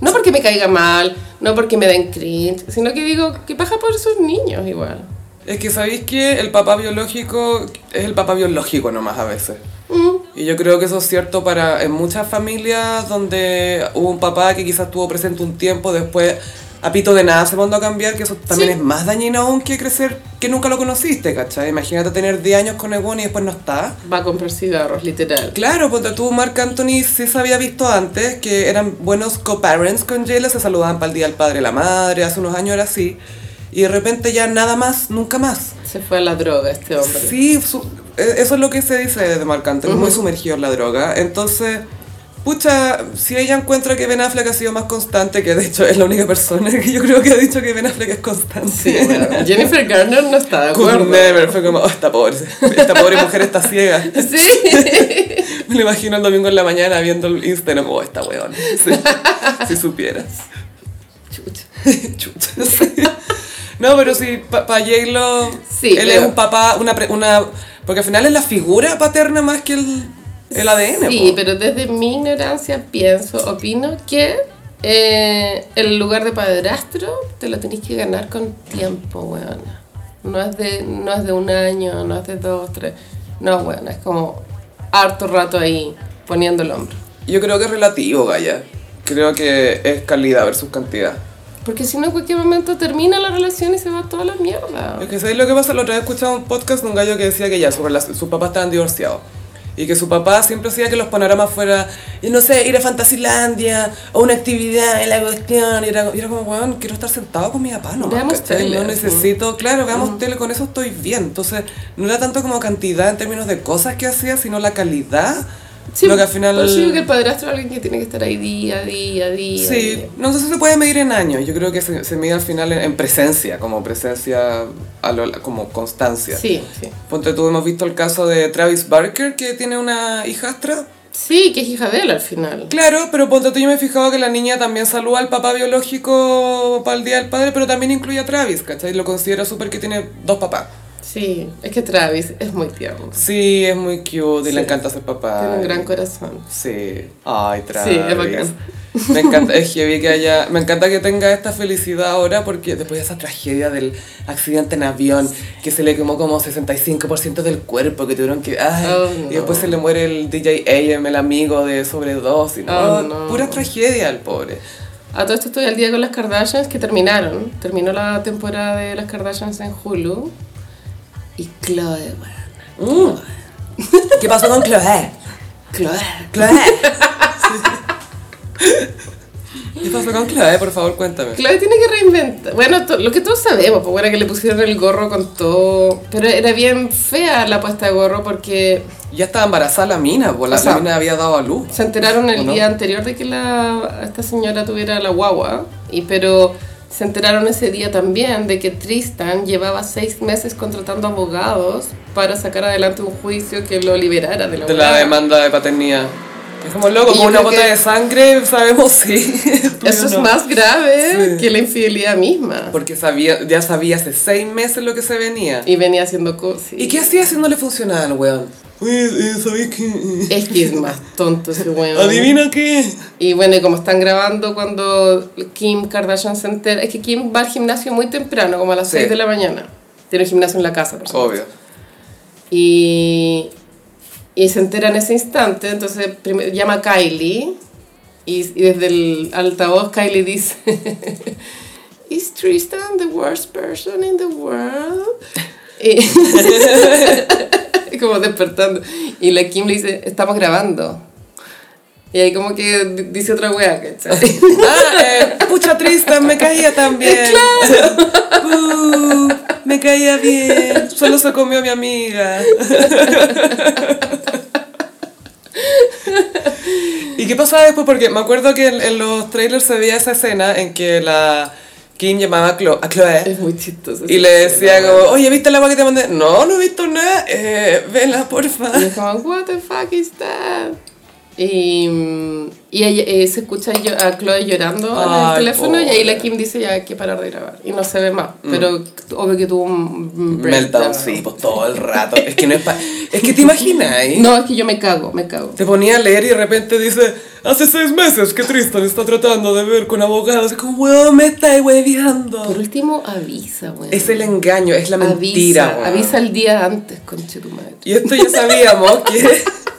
Speaker 2: No porque me caiga mal, no porque me den cringe, sino que digo, que paja por sus niños igual.
Speaker 3: Es que sabéis que el papá biológico es el papá biológico nomás a veces. Y yo creo que eso es cierto para en muchas familias donde hubo un papá que quizás estuvo presente un tiempo, después a pito de nada se mandó a cambiar, que eso también
Speaker 2: Sí.
Speaker 3: es más dañino aún que crecer que nunca lo conociste, ¿cachai? Imagínate tener 10 años con el weón y después no está.
Speaker 2: Va a comprar cigarros, literal.
Speaker 3: Claro, porque tú, Mark Anthony, sí se había visto antes que eran buenos co-parents con Jayla, se saludaban para el día del padre y la madre, hace unos años era así. Y de repente ya nada más, nunca más.
Speaker 2: Se fue a la droga este hombre.
Speaker 3: Sí, su- eh, eso es lo que se dice de Marc Anthony, muy sumergido en la droga. Entonces, pucha, si ella encuentra que Ben Affleck ha sido más constante, que de hecho es la única persona que yo creo que ha dicho que Ben Affleck es constante.
Speaker 2: Sí, bueno, Jennifer Garner no está de
Speaker 3: Could
Speaker 2: acuerdo.
Speaker 3: never, fue como, "Oh, esta pobre, esta pobre mujer está ciega.
Speaker 2: Sí.
Speaker 3: Me lo imagino el domingo en la mañana viendo el Instagram, oh, esta weón. Sí, si supieras.
Speaker 2: Chucha.
Speaker 3: Chuta. Sí. No, pero sí, para pa J-Lo,
Speaker 2: Sí,
Speaker 3: él
Speaker 2: pero-
Speaker 3: es un papá, una, pre- una... Porque al final es la figura paterna más que el, el ADN.
Speaker 2: Sí,
Speaker 3: po.
Speaker 2: pero desde mi ignorancia pienso, opino que eh, el lugar de padrastro te lo tenés que ganar con tiempo, weona. No es, de, no es de un año, no es de dos, tres. No, weona, es como harto rato ahí poniendo el hombro.
Speaker 3: Yo creo que es relativo, Gaya. Creo que es calidad versus cantidad.
Speaker 2: Porque si no, en cualquier momento termina la relación y se va toda la mierda.
Speaker 3: Es que ¿sabes lo que pasa? La otra vez escuchaba un podcast de un gallo que decía que ya, su, relac- sus papás estaban divorciados. Y que su papá siempre hacía que los panoramas fuera, y no sé, ir a Fantasilandia o una actividad en la cuestión. Y era, y era como, weón, quiero estar sentado con mi papá, no.
Speaker 2: Veamos tele,
Speaker 3: No
Speaker 2: sí.
Speaker 3: necesito, claro, veamos tele, con eso estoy bien. Entonces, no era tanto como cantidad en términos de cosas que hacía, sino la calidad.
Speaker 2: Sí,
Speaker 3: lo que al final.
Speaker 2: Por eso digo que el padrastro es alguien que tiene que estar ahí día, día, día.
Speaker 3: Sí,
Speaker 2: día.
Speaker 3: no sé si se puede medir en años. Yo creo que se, se mide al final en, en presencia, como presencia, a lo- como constancia.
Speaker 2: Sí, sí.
Speaker 3: Ponte tú, hemos visto el caso de Travis Barker, que tiene una hijastra.
Speaker 2: Sí, que es hija de él al final.
Speaker 3: Claro, pero ponte tú, yo me he fijado que la niña también saluda al papá biológico para el Día del Padre, pero también incluye a Travis, ¿cachai? Lo considera súper que tiene dos papás.
Speaker 2: Sí, es que Travis es muy tierno.
Speaker 3: Sí, es muy cute y le
Speaker 2: Sí.
Speaker 3: encanta ser papá.
Speaker 2: Tiene un gran
Speaker 3: Y-
Speaker 2: corazón.
Speaker 3: Sí. Ay, Travis.
Speaker 2: Sí, es bacán.
Speaker 3: Me encanta, es heavy que haya, me encanta que tenga esta felicidad ahora porque después de esa tragedia del accidente en avión que se le quemó como 65% del cuerpo que tuvieron que, ay,
Speaker 2: Oh,
Speaker 3: y después
Speaker 2: no.
Speaker 3: se le muere el DJ AM, el amigo de sobredosis, ¿no?
Speaker 2: Oh, no.
Speaker 3: Pura tragedia el pobre.
Speaker 2: A todo esto estoy al día con las Kardashians que terminaron. Terminó la temporada de las Kardashians en Hulu. Y Chloe,
Speaker 3: ¿Qué pasó con Chloe?
Speaker 2: Chloe.
Speaker 3: Chloe. ¿Qué pasó con Chloe? Por favor, cuéntame.
Speaker 2: Chloe tiene que reinventar. Bueno, to- lo que todos sabemos, pues bueno, que le pusieron el gorro con todo. Pero era bien fea la puesta de gorro porque
Speaker 3: Ya estaba embarazada la mina, pues la,
Speaker 2: O sea,
Speaker 3: la mina había dado a luz.
Speaker 2: se enteraron
Speaker 3: ¿O
Speaker 2: el
Speaker 3: no?
Speaker 2: día anterior de que la, esta señora tuviera la guagua. Y, pero se enteraron ese día también de que Tristan llevaba seis meses contratando abogados para sacar adelante un juicio que lo liberara de la
Speaker 3: De la
Speaker 2: guagua.
Speaker 3: demanda de paternidad. Es como loco,
Speaker 2: Y
Speaker 3: con
Speaker 2: yo
Speaker 3: una
Speaker 2: creo
Speaker 3: gota
Speaker 2: que-
Speaker 3: de sangre sabemos si.
Speaker 2: Eso es
Speaker 3: no.
Speaker 2: más grave
Speaker 3: Sí.
Speaker 2: que la infidelidad misma.
Speaker 3: Porque sabía, ya sabía hace seis meses lo que se venía. ¿Y,
Speaker 2: Y venía haciendo cosas.
Speaker 3: qué hacía si no le funcionaba al weón? Oye, eh, ¿sabéis qué?
Speaker 2: Es que es más tonto ese
Speaker 3: Eh,
Speaker 2: weón.
Speaker 3: ¿Adivina qué?
Speaker 2: Y bueno, y como están grabando cuando Kim Kardashian se entera, es que Kim va al gimnasio muy temprano, como a las
Speaker 3: Sí.
Speaker 2: 6 de la mañana. Tiene un gimnasio en la casa, por supuesto.
Speaker 3: Obvio.
Speaker 2: Y, y se entera en ese instante, entonces primero llama a Kylie y, y desde el altavoz Kylie dice... Is Tristan the worst person in the world? Y- como despertando. Y la Kim le dice, estamos grabando. Y ahí como que di- dice otra wea, ¿cachai?
Speaker 3: Ah, eh, pucha Tristan, me caía también. Uh, me caía bien. Solo se comió a mi amiga. ¿Y qué pasaba después? Porque me acuerdo que en, en los trailers se veía esa escena en que la Kim llamaba a Chlo- a Chloe.
Speaker 2: Es muy chistoso.
Speaker 3: Y le decía como, oye, ¿viste el agua que te mandé? No, no he visto nada. Eh, vela, porfa.
Speaker 2: Y es como, what the fuck is that? Y, mm, y ahí, eh, se escucha yo- a Chloe llorando en
Speaker 3: Ay,
Speaker 2: el teléfono y ahí la
Speaker 3: pobre. Mm.
Speaker 2: Kim dice ya hay que parar de grabar. Y no se ve más. Pero obvio que tuvo un
Speaker 3: Meltdown, sí, pues todo el rato. Es que no es pa- Es que te imaginas, ¿eh?
Speaker 2: No, es que yo me cago, me cago.
Speaker 3: Te ponía a leer y de repente dice, hace seis meses que Tristan está tratando de ver con abogados. Es como, weón, me está
Speaker 2: Por
Speaker 3: hueveando.
Speaker 2: último, avisa, güey.
Speaker 3: Es el engaño, es la
Speaker 2: avisa,
Speaker 3: mentira. weón.
Speaker 2: avisa el día antes, conche tu madre.
Speaker 3: Y esto ya sabíamos que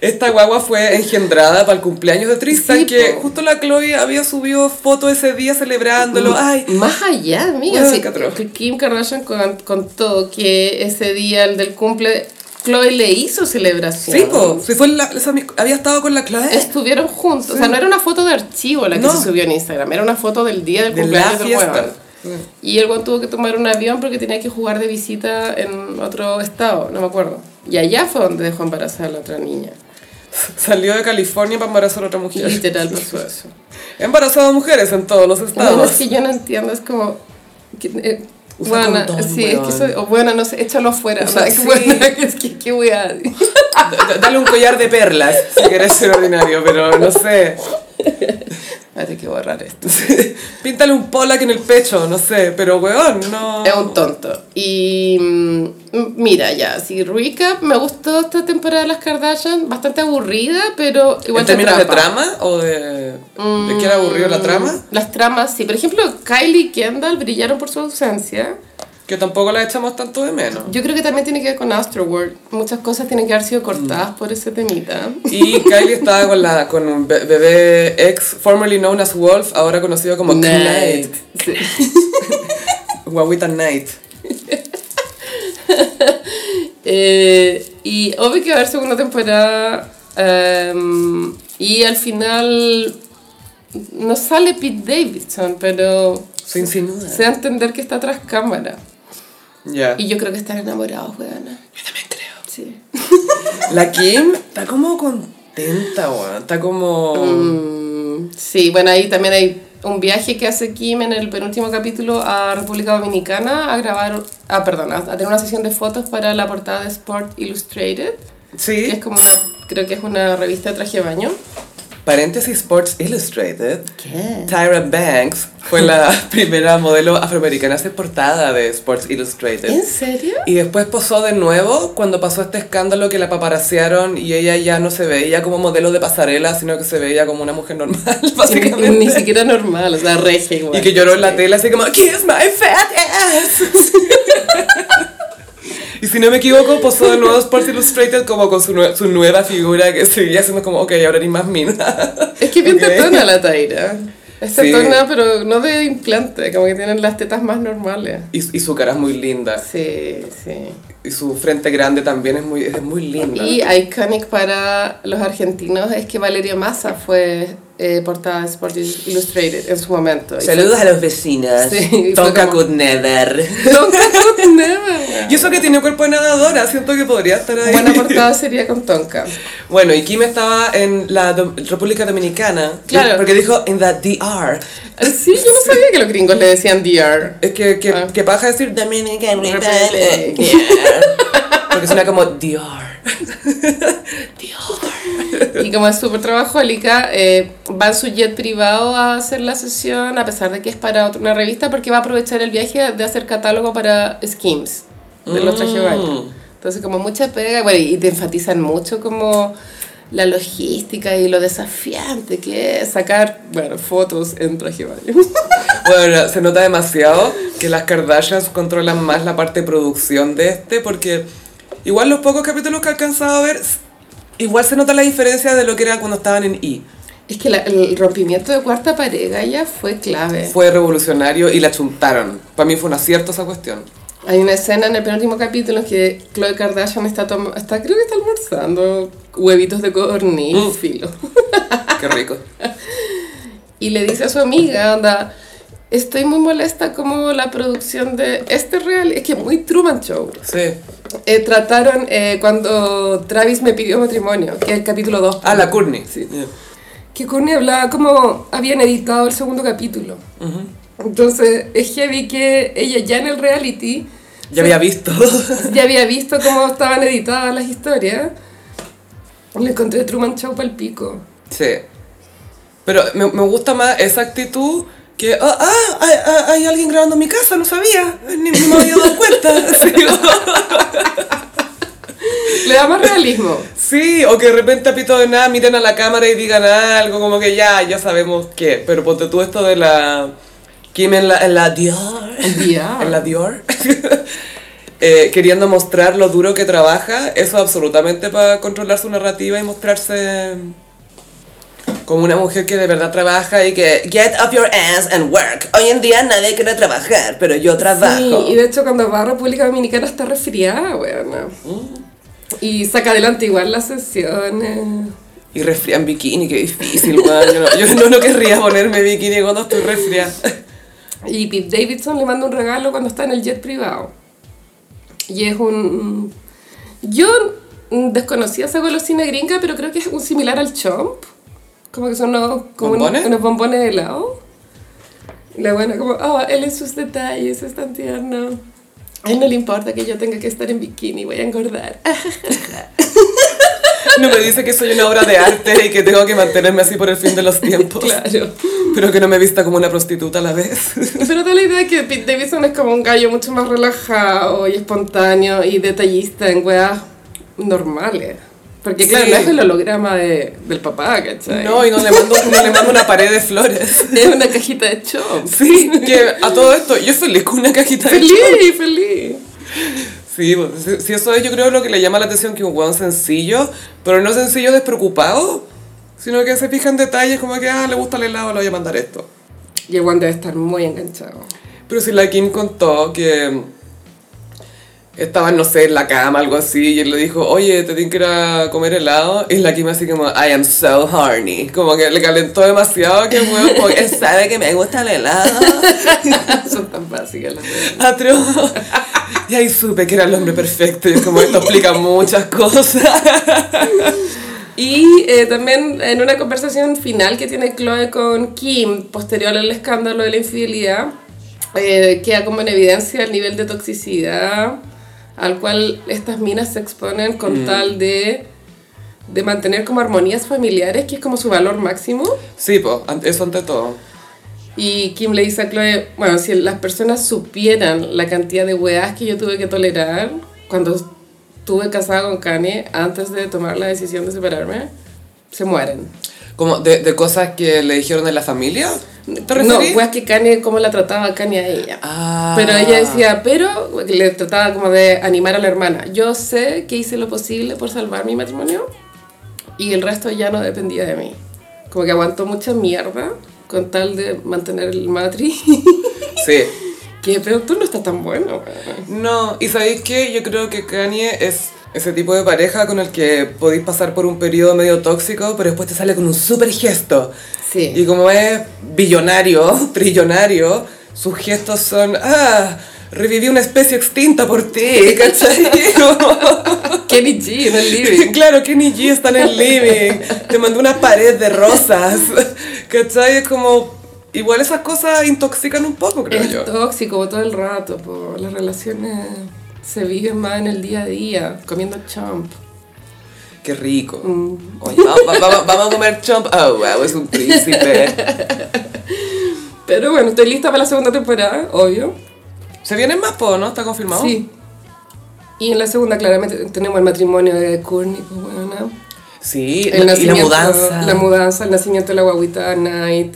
Speaker 3: esta guagua fue engendrada para el cumpleaños de Tristan,
Speaker 2: Sí,
Speaker 3: que
Speaker 2: po.
Speaker 3: justo la Chloe había subido foto ese día celebrándolo. Ay,
Speaker 2: Más allá, amiga.
Speaker 3: Bueno,
Speaker 2: sí,
Speaker 3: catro.
Speaker 2: que Kim Kardashian con- contó que ese día, el del cumple, Chloe le hizo celebración.
Speaker 3: sí, po, si fue la- esa mi- había estado con la Chloe.
Speaker 2: Estuvieron juntos. O sea, no era una foto de archivo la que
Speaker 3: No.
Speaker 2: se subió en Instagram, era una foto del día del
Speaker 3: De la
Speaker 2: cumpleaños del
Speaker 3: fiesta. Mm.
Speaker 2: huevón. Y el weón tuvo que tomar un avión porque tenía que jugar de visita en otro estado, no me acuerdo. Y allá fue donde dejó embarazada a la otra niña.
Speaker 3: Salió de California para embarazar a otra mujer.
Speaker 2: Literal pasó eso.
Speaker 3: Embarazado a mujeres en todos los
Speaker 2: No, es
Speaker 3: estados.
Speaker 2: que yo no entiendo, es como... que, eh,
Speaker 3: Usa
Speaker 2: Buena,
Speaker 3: condón,
Speaker 2: sí, es
Speaker 3: weón.
Speaker 2: que eso- o bueno, no sé, échalo afuera.
Speaker 3: Usa-
Speaker 2: o sea,
Speaker 3: sí.
Speaker 2: buena, que, que, que weá.
Speaker 3: Da- Dale un collar de perlas si querés ser ordinario, pero no sé.
Speaker 2: Hay que borrar esto.
Speaker 3: Píntale un polac en el pecho, no sé, pero weón, no.
Speaker 2: Es un tonto. Y mm, mira, ya, si recap, me gustó esta temporada de las Kardashian, bastante aburrida, pero igual
Speaker 3: ¿En
Speaker 2: te
Speaker 3: términos de
Speaker 2: atrapa. Mm,
Speaker 3: trama o de. de que era aburrido la trama?
Speaker 2: Las tramas, sí. Por ejemplo, Kylie y Kendall brillaron por su ausencia.
Speaker 3: Que tampoco la echamos tanto de menos.
Speaker 2: Yo creo que también tiene que ver con Astroworld. Muchas cosas tienen que haber sido cortadas por ese temita.
Speaker 3: Mm. Y Kylie estaba con, la, con un be- bebé ex, formerly known as Wolf, ahora conocido como Knight.
Speaker 2: Sí.
Speaker 3: Guaguita Knight.
Speaker 2: Eh, Y obvio que va a haber segunda temporada. em, y al final no sale Pete Davidson, pero
Speaker 3: Se insinúa.
Speaker 2: se da a entender que está tras cámara.
Speaker 3: Ya.
Speaker 2: Y yo creo que están enamorados, weona.
Speaker 3: Yo también creo.
Speaker 2: Sí.
Speaker 3: La Kim está como contenta, weón. Está como.
Speaker 2: Mm, sí, bueno, ahí también hay un viaje que hace Kim en el penúltimo capítulo a República Dominicana a grabar, ah, perdón, a, a tener una sesión de fotos para la portada de Sport Illustrated, que es
Speaker 3: Sí.
Speaker 2: como una, creo que es una revista de traje de baño.
Speaker 3: Paréntesis Sports Illustrated.
Speaker 2: ¿Qué?
Speaker 3: Tyra Banks fue la primera modelo afroamericana a ser portada de Sports
Speaker 2: ¿En
Speaker 3: Illustrated.
Speaker 2: serio?
Speaker 3: Y después posó de nuevo cuando pasó este escándalo que la paparasearon y ella ya no se veía como modelo de pasarela, sino que se veía como una mujer normal,
Speaker 2: Y Ni,
Speaker 3: básicamente.
Speaker 2: y ni siquiera normal, o sea, regia igual.
Speaker 3: Y que lloró en la tele así como, Kiss my fat ass. y si no me equivoco, posó de nuevo Sports Illustrated como con su, nue- su nueva figura que seguía siendo como, ok, ahora ni más mina.
Speaker 2: Es que bien
Speaker 3: Ok.
Speaker 2: tetona la Taira. Es
Speaker 3: Sí.
Speaker 2: tetona, pero no de implante, como que tienen las tetas más normales.
Speaker 3: y, y su cara es muy linda.
Speaker 2: Sí, sí.
Speaker 3: Y su frente grande también es muy, es muy linda.
Speaker 2: Y iconic para los argentinos es que Valeria Massa fue eh, portada de Sport Illustrated en su momento. Y
Speaker 3: a los vecinos.
Speaker 2: Sí, fue como-
Speaker 3: never.
Speaker 2: fue- Tonka could never.
Speaker 3: Y eso que tiene cuerpo de nadadora, siento que podría estar ahí.
Speaker 2: Buena portada sería con Tonka.
Speaker 3: Bueno, y Kim estaba en la Dom- República Dominicana.
Speaker 2: Claro.
Speaker 3: Porque dijo in the DR.
Speaker 2: Sí, yo no sabía que los gringos le decían DR.
Speaker 3: Es que, que,
Speaker 2: Ah.
Speaker 3: que paja decir Dominican Republic.
Speaker 2: Republic.
Speaker 3: Yeah. Porque suena como DR.
Speaker 2: Y como es súper trabajólica, eh, va en su jet privado a hacer la sesión, a pesar de que es para otra- una revista, porque va a aprovechar el viaje de hacer catálogo para Skims, de los trajes de baño. Entonces, como mucha pega, bueno, y te enfatizan mucho como la logística y lo desafiante que es sacar, bueno, fotos en traje de baño.
Speaker 3: Bueno, se nota demasiado que las Kardashians controlan más la parte de producción de este porque igual los pocos capítulos que he alcanzado a ver, s- igual se nota la diferencia de lo que era cuando estaban en E.
Speaker 2: es que la- el rompimiento de cuarta pared, ya fue clave.
Speaker 3: Fue revolucionario y la chuntaron. Para mí fue un acierto esa cuestión.
Speaker 2: Hay una escena en el penúltimo capítulo en que Chloe Kardashian está tomando, está, creo que está almorzando huevitos de codorniz,
Speaker 3: Mm.
Speaker 2: filo.
Speaker 3: Qué rico.
Speaker 2: Y le dice a su amiga, anda, estoy muy molesta como la producción de este real, es que muy Truman Show.
Speaker 3: Sí.
Speaker 2: Eh, trataron eh, cuando Travis me pidió matrimonio, que es el capítulo 2.
Speaker 3: Ah, la Courtney.
Speaker 2: Sí.
Speaker 3: Yeah.
Speaker 2: Que Courtney hablaba como habían editado el segundo capítulo. Entonces, es heavy que ella ya en el reality...
Speaker 3: Ya había visto.
Speaker 2: ya había visto cómo estaban editadas las historias. Le encontré Truman Show pa'l pico.
Speaker 3: Sí. Pero me, me gusta más esa actitud que, ah, ah, hay, hay- hay alguien grabando en mi casa, no sabía, ni, ni me había dado cuenta. Sí, o-
Speaker 2: Le da más realismo.
Speaker 3: sí, o que de repente a pito de nada miren a la cámara y digan algo como que ya, ya sabemos qué. Pero ponte tú esto de la Kim en la, en la Dior.
Speaker 2: Ya.
Speaker 3: En la Dior. Eh, queriendo mostrar lo duro que trabaja, eso absolutamente para controlar su narrativa y mostrarse como una mujer que de verdad trabaja y que get up your ass and work. Hoy en día nadie quiere trabajar, pero yo trabajo.
Speaker 2: Sí, y de hecho cuando va a República Dominicana está resfriada, weona. Y saca adelante igual las sesiones.
Speaker 3: Y resfrian bikini, qué difícil, weón. Yo, no, yo no, no querría ponerme bikini cuando estoy resfriada.
Speaker 2: Y Pete Davidson le manda un regalo cuando está en el jet privado. Y es un... Yo mm, desconocía esa golosina gringa, pero creo que es un similar al chomp. Como que son unos, como unos-
Speaker 3: ¿Bombones?
Speaker 2: unos bombones de helado. La buena como, oh, él en sus detalles es tan tierno. A él no le importa que yo tenga que estar en bikini, voy a engordar.
Speaker 3: No me dice que soy una obra de arte y que tengo que mantenerme así por el fin de los tiempos.
Speaker 2: claro.
Speaker 3: Pero que no me vista como una prostituta a la vez.
Speaker 2: Pero da la idea que Pete Davidson es como un gallo mucho más relajado y espontáneo y detallista en weas normales. Porque claro,
Speaker 3: Sí.
Speaker 2: no es el holograma de- del papá, ¿cachai?
Speaker 3: No, y no le mando, no le mando una pared de flores.
Speaker 2: Es una cajita de chop.
Speaker 3: Sí, que a todo esto, yo feliz con una cajita de chocolates.
Speaker 2: Feliz, feliz.
Speaker 3: Sí, pues, si, si eso es, yo creo lo que le llama la atención que un hueón sencillo, pero no sencillo despreocupado, sino que se fijan detalles como que, ah, le gusta el helado, le voy a mandar esto.
Speaker 2: Y el Juan debe estar muy enganchado.
Speaker 3: Pero si la Kim contó que Estaban, no sé, en la cama, algo así, y él le dijo, oye, te tienen que ir a comer helado. Y la Kim así como, I am so horny. Como que le calentó demasiado, que weón, porque él sabe que me gusta el helado.
Speaker 2: Son tan básicas las weas.
Speaker 3: Atroz. Y ahí supe que era el hombre perfecto, y es como esto explica muchas cosas.
Speaker 2: Y eh, también en una conversación final que tiene Chloe con Kim, posterior al escándalo de la infidelidad, eh, queda como en evidencia el nivel de toxicidad al cual estas minas se exponen con tal de, de mantener como armonías familiares, que es como su valor máximo.
Speaker 3: Sí, pues, eso ante todo.
Speaker 2: Y Kim le dice a Chloe, bueno, si las personas supieran la cantidad de weas que yo tuve que tolerar cuando estuve casada con Kanye antes de tomar la decisión de separarme, se mueren.
Speaker 3: Como de, de cosas que le dijeron de la familia. ¿Te
Speaker 2: No,
Speaker 3: referís?
Speaker 2: weas que Kanye, cómo la trataba Kanye a ella.
Speaker 3: Ah.
Speaker 2: Pero ella decía, pero le trataba como de animar a la hermana. Yo sé que hice lo posible por salvar mi matrimonio y el resto ya no dependía de mí. Como que aguantó mucha mierda con tal de mantener el matri.
Speaker 3: Sí.
Speaker 2: que pero tú no estás tan bueno. weón.
Speaker 3: No, y sabéis que yo creo que Kanye es ese tipo de pareja con el que podéis pasar por un periodo medio tóxico, pero después te sale con un súper gesto.
Speaker 2: Sí.
Speaker 3: Y como es billonario, trillonario, sus gestos son, ah, reviví una especie extinta por ti, ¿cachai?
Speaker 2: Kenny G en el living.
Speaker 3: claro, Kenny G está en el living, te mandó una pared de rosas, ¿cachai? Es como, igual esas cosas intoxican un poco, creo yo.
Speaker 2: Es tóxico todo el rato, po. las relaciones se viven más en el día a día, comiendo champ.
Speaker 3: Qué rico.
Speaker 2: Mm.
Speaker 3: Oye, va- va- va- vamos a comer chomp. Oh, wow, es un príncipe.
Speaker 2: Pero bueno, estoy lista para la segunda temporada, obvio.
Speaker 3: Se vienen más, po, ¿no? ¿Está confirmado?
Speaker 2: Sí. Y en la segunda, claramente, tenemos el matrimonio de Courtney, pues bueno,
Speaker 3: Sí,
Speaker 2: el
Speaker 3: y la
Speaker 2: nacimiento-
Speaker 3: mudanza.
Speaker 2: La mudanza, el nacimiento de la guaguita Night.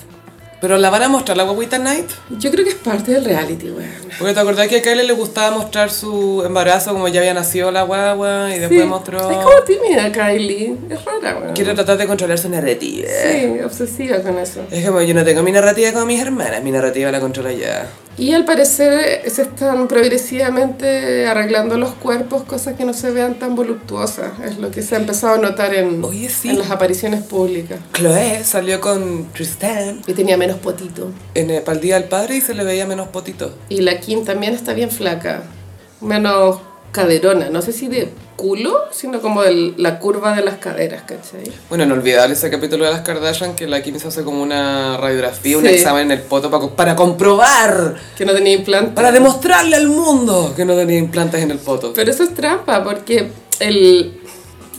Speaker 3: Pero la van a mostrar la guaguita Night.
Speaker 2: Yo creo que es parte del reality, weón.
Speaker 3: Porque te acordás que a Kylie le gustaba mostrar su embarazo, como ya había nacido la guagua, y después
Speaker 2: Sí. Es
Speaker 3: mostró.
Speaker 2: como tímida Kylie, es rara, weón.
Speaker 3: Quiere tratar de controlar su narrativa.
Speaker 2: Sí, obsesiva con eso.
Speaker 3: Es como yo no tengo mi narrativa como mis hermanas, mi narrativa la controla ya.
Speaker 2: Y al parecer eh, se están progresivamente arreglando los cuerpos, cosas que no se vean tan voluptuosas. Es lo que se ha empezado a notar en,
Speaker 3: Oye, sí.
Speaker 2: en las apariciones públicas.
Speaker 3: Chloe salió con Tristan
Speaker 2: Y tenía menos potito.
Speaker 3: en el, pa'l día del padre y se le veía menos potito.
Speaker 2: Y la Kim también está bien flaca. Menos caderona. No sé si de culo, sino como de la curva de las caderas, ¿cachai?
Speaker 3: Bueno, no olvidar ese capítulo de las Kardashian que la Kim se hace como una radiografía, un
Speaker 2: Sí.
Speaker 3: examen en el poto para, co- para comprobar,
Speaker 2: Que no tenía implante.
Speaker 3: para demostrarle al mundo que no tenía implantes en el poto.
Speaker 2: Pero eso es trampa, porque el,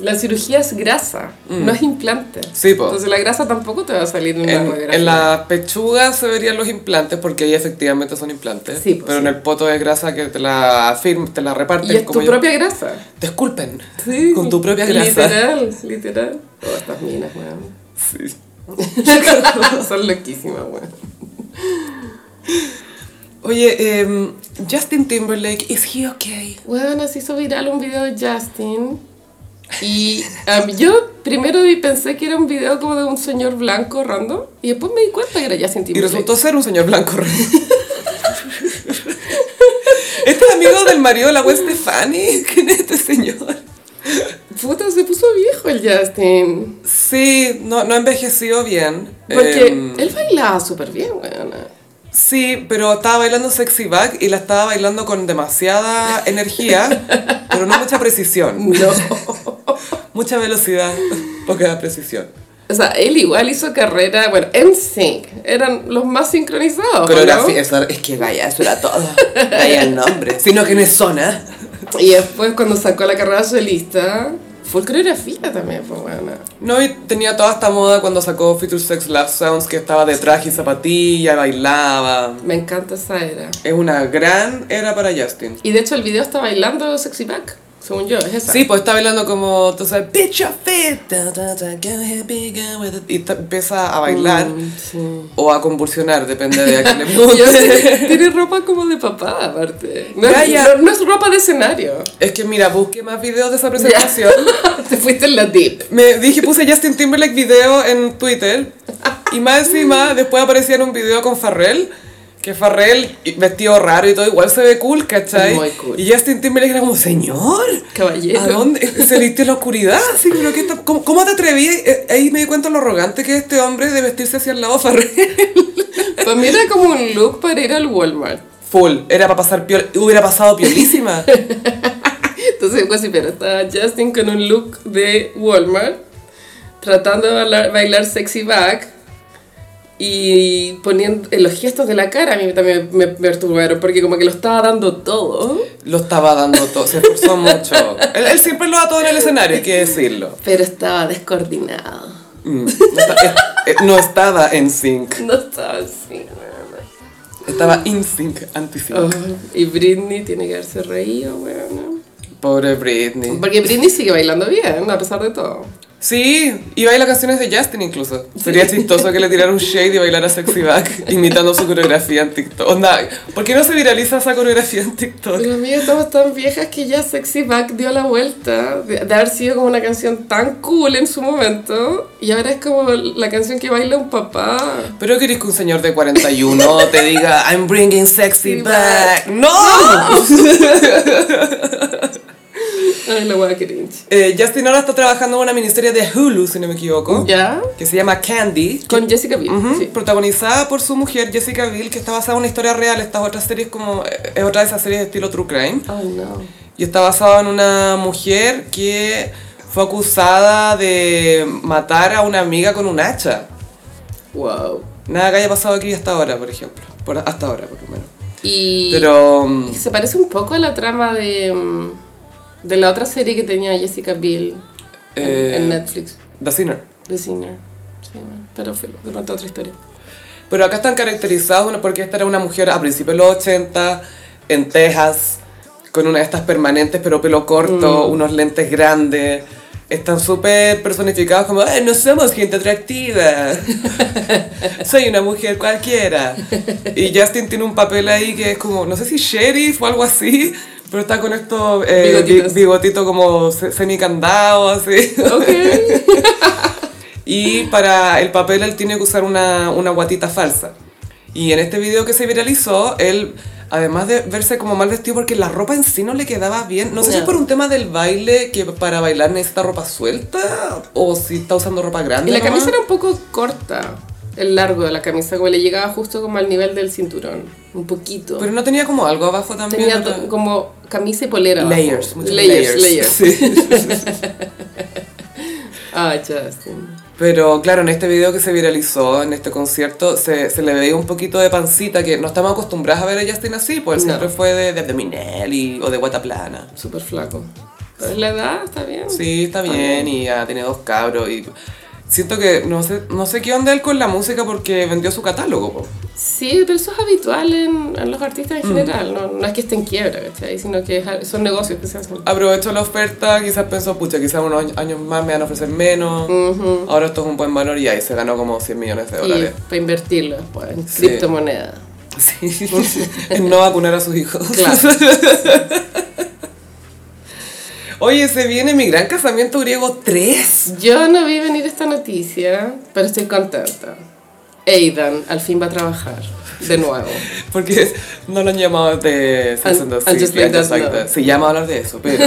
Speaker 2: la cirugía es grasa, no es implante.
Speaker 3: Mm. Sí, po.
Speaker 2: Entonces la grasa tampoco te va a salir en una
Speaker 3: En,
Speaker 2: radiografía.
Speaker 3: en la pechuga se verían los implantes porque ahí efectivamente son implantes.
Speaker 2: Sí, pues,
Speaker 3: pero
Speaker 2: sí.
Speaker 3: en el poto es grasa que te la firm- te la reparten.
Speaker 2: Y es tu
Speaker 3: como yo-
Speaker 2: propia grasa.
Speaker 3: Te esculpen con tu propia grasa.
Speaker 2: Literal, literal. Todas estas minas, weón.
Speaker 3: Sí.
Speaker 2: Son loquísimas, weón.
Speaker 3: Oye, em, Justin Timberlake, ¿is he okay?
Speaker 2: Weón, se hizo viral un video de Justin. Y um, yo primero vi- pensé que era un video como de un señor blanco random. Y después me di cuenta que era Justin
Speaker 3: Y
Speaker 2: Timberlake.
Speaker 3: resultó ser un señor blanco. este es amigo del marido de la Gwen Stefani. ¿Quién es este señor?
Speaker 2: Puta, se puso viejo el Justin.
Speaker 3: Sí, no, no ha envejecido bien.
Speaker 2: Porque
Speaker 3: Em,
Speaker 2: él bailaba súper bien, weón.
Speaker 3: Sí, pero estaba bailando sexy back y la estaba bailando con demasiada energía, pero no mucha precisión.
Speaker 2: No.
Speaker 3: Mucha velocidad, porque da precisión.
Speaker 2: O sea, él igual hizo carrera, bueno, en sync. Eran los más sincronizados. ¿no?
Speaker 3: Coreografía, eso- es que vaya, eso era todo. Vaya el nombre. Sino que no es zona.
Speaker 2: Y después cuando sacó la carrera solista, fue coreografía también, pues bueno.
Speaker 3: No, y tenía toda esta moda cuando sacó Future Sex Love Sounds, que estaba de traje y zapatilla, bailaba.
Speaker 2: Me encanta esa era.
Speaker 3: Es una gran era para Justin.
Speaker 2: Y de hecho el video está bailando Sexy Back, según yo, es esa.
Speaker 3: Sí, pues está bailando como, tú sabes, bitch you're fit, da, da, da, go ahead, be good with it", y ta- empieza a bailar
Speaker 2: Sí.
Speaker 3: o a convulsionar, depende de a quién le
Speaker 2: Y ahora
Speaker 3: pregunte.
Speaker 2: tiene ropa como de papá, aparte. No, es-
Speaker 3: Gaya.
Speaker 2: no- no es ropa de escenario.
Speaker 3: Es que mira, busqué más videos de esa presentación.
Speaker 2: Te fuiste en la deep.
Speaker 3: Me dije, puse Justin Timberlake video en Twitter. Y más encima, después aparecía en un video con Farrell, que Farrell, y- vestido raro y todo, igual se ve cool, ¿cachai?
Speaker 2: Muy cool.
Speaker 3: Y Justin Timberlake era como, señor,
Speaker 2: Caballero.
Speaker 3: ¿a dónde? Se vistió en la oscuridad, sí, pero ¿qué está- ¿Cómo, cómo te atreví? Eh, Ahí me di cuenta lo arrogante que es este hombre de vestirse hacia el lado Farrell.
Speaker 2: Para mí era como un look para ir al Walmart.
Speaker 3: Full, era para pasar piol, hubiera pasado piolísima.
Speaker 2: Entonces, pues, sí, pero estaba Justin con un look de Walmart, tratando de bailar, bailar sexy back y poniendo en los gestos de la cara. A mí también me perturbaron porque como que lo estaba dando todo.
Speaker 3: Lo estaba dando todo, se esforzó mucho. Él, él siempre lo da todo en el escenario, hay que decirlo.
Speaker 2: Pero estaba descoordinado.
Speaker 3: Mm, no, está- eh, eh, no estaba en sync,
Speaker 2: No estaba así.
Speaker 3: estaba in sync, anti sync.
Speaker 2: Oh, y Britney tiene que haberse reído, bueno.
Speaker 3: Pobre Britney.
Speaker 2: Porque Britney sigue bailando bien, a pesar de todo.
Speaker 3: Sí, y baila canciones de Justin incluso. Sería chistoso que le tirara un shade y bailara sexy back imitando su coreografía en TikTok. Onda, ¿por qué no se viraliza esa coreografía en TikTok?
Speaker 2: Pero amiga, estamos tan viejas que ya Sexy Back dio la vuelta de, de haber sido como una canción tan cool en su momento y ahora es como la canción que baila un papá.
Speaker 3: Pero querés que un señor de 41 te diga I'm bringing sexy
Speaker 2: Sí,
Speaker 3: back.
Speaker 2: back.
Speaker 3: ¡No!
Speaker 2: Ay, la wea cringe.
Speaker 3: Eh, Justin ahora está trabajando en una miniserie de Hulu, si no me equivoco,
Speaker 2: ¿Ya?
Speaker 3: que se llama Candy.
Speaker 2: Con Jessica Biel.
Speaker 3: Ujú,
Speaker 2: sí.
Speaker 3: Protagonizada por su mujer Jessica Biel, que está basada en una historia real. Estas otras series como eh, es otra de esas series de estilo true crime.
Speaker 2: Oh, no.
Speaker 3: Y está basado en una mujer que fue acusada de matar a una amiga con un hacha.
Speaker 2: Wow.
Speaker 3: Nada que haya pasado aquí hasta ahora, por ejemplo. Por, hasta ahora, por lo menos.
Speaker 2: Y
Speaker 3: Pero mm,
Speaker 2: se parece un poco a la trama de, mm, de la otra serie que tenía Jessica Biel en,
Speaker 3: Eh.
Speaker 2: en Netflix,
Speaker 3: The Sinner.
Speaker 2: The Sinner. Sí, bueno, pero fue de pronto otra historia.
Speaker 3: Pero acá están caracterizados bueno, porque esta era una mujer a principios de los 80, en Texas, con una de estas permanentes pero pelo corto, unos lentes grandes. Están súper personificados como, "Ay, no somos gente atractiva. Soy una mujer cualquiera. Y Justin tiene un papel ahí que es como, no sé si sheriff o algo así, pero está con estos eh, bi-
Speaker 2: Bigotitos. Oh,
Speaker 3: bigotitos como se- semicandados, así.
Speaker 2: Ok.
Speaker 3: Y para el papel él tiene que usar una, una guatita falsa. Y en este video que se viralizó, él, además de verse como mal vestido porque la ropa en sí no le quedaba bien, no sé si
Speaker 2: No.
Speaker 3: es por un tema del baile, que para bailar necesita ropa suelta, o si está usando ropa grande.
Speaker 2: Y la
Speaker 3: nomás.
Speaker 2: camisa era un poco corta, el largo de la camisa, como le llegaba justo como al nivel del cinturón, un poquito.
Speaker 3: Pero no tenía como algo abajo también.
Speaker 2: Tenía
Speaker 3: ¿no?
Speaker 2: to- como camisa y polera. abajo.
Speaker 3: layers, muchos
Speaker 2: layers,
Speaker 3: layers.
Speaker 2: layers.
Speaker 3: Sí.
Speaker 2: Ah, Justin.
Speaker 3: Pero claro, en este video que se viralizó, en este concierto, se, se le veía un poquito de pancita, que no estamos acostumbradas a ver a Justin así, pues él
Speaker 2: No.
Speaker 3: siempre fue de, de abdominal y- o de guata plana.
Speaker 2: Súper flaco. Pero es la edad, está bien.
Speaker 3: Sí, está bien, y ya tiene dos cabros y... Siento que no sé, no sé qué onda él con la música porque vendió su catálogo. po.
Speaker 2: Sí, pero eso es habitual en, en los artistas en
Speaker 3: Mm.
Speaker 2: general. No, no es que estén quiebra, ¿cachai? Sino que es- son negocios que se hacen.
Speaker 3: Aprovechó la oferta, quizás pensó, pucha, quizás unos años- años más me van a ofrecer menos. Ahora esto es un buen valor y ahí se ganó como 100 millones de
Speaker 2: Y
Speaker 3: dólares.
Speaker 2: para invertirlo después, en
Speaker 3: Sí.
Speaker 2: criptomonedas.
Speaker 3: Sí. en no vacunar a sus hijos.
Speaker 2: Claro.
Speaker 3: Oye, se viene mi gran casamiento griego 3.
Speaker 2: Yo no vi venir esta noticia, pero estoy contenta. Aidan al fin va a trabajar de nuevo.
Speaker 3: Porque no lo han llamado de Sex and
Speaker 2: And-
Speaker 3: the
Speaker 2: and just
Speaker 3: City,
Speaker 2: like
Speaker 3: and just
Speaker 2: that,
Speaker 3: like
Speaker 2: no.
Speaker 3: that. Se llama a hablar de eso, pero.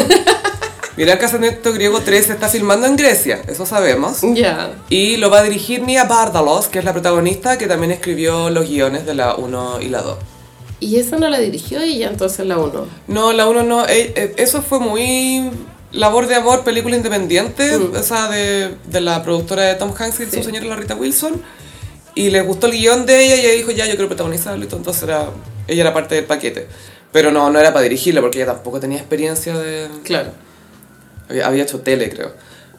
Speaker 3: Mi gran casamiento griego 3 se está filmando en Grecia, eso sabemos.
Speaker 2: Ya.
Speaker 3: Y lo va a dirigir Nia Bardalos, que es la protagonista que también escribió los guiones de la 1 y la 2.
Speaker 2: Y esa no la dirigió ella, entonces la uno.
Speaker 3: No, la 1 no. eh, eh, eso fue muy labor de amor, película independiente, o sea, de, de la productora de Tom Hanks y su
Speaker 2: Sí.
Speaker 3: señora la Rita Wilson. Y les gustó el guión de ella y ella dijo, ya, yo quiero protagonizarlo. y todo, Entonces era, ella era parte del paquete. Pero no, no era para dirigirla porque ella tampoco tenía experiencia de...
Speaker 2: Claro.
Speaker 3: Había, había hecho tele, creo.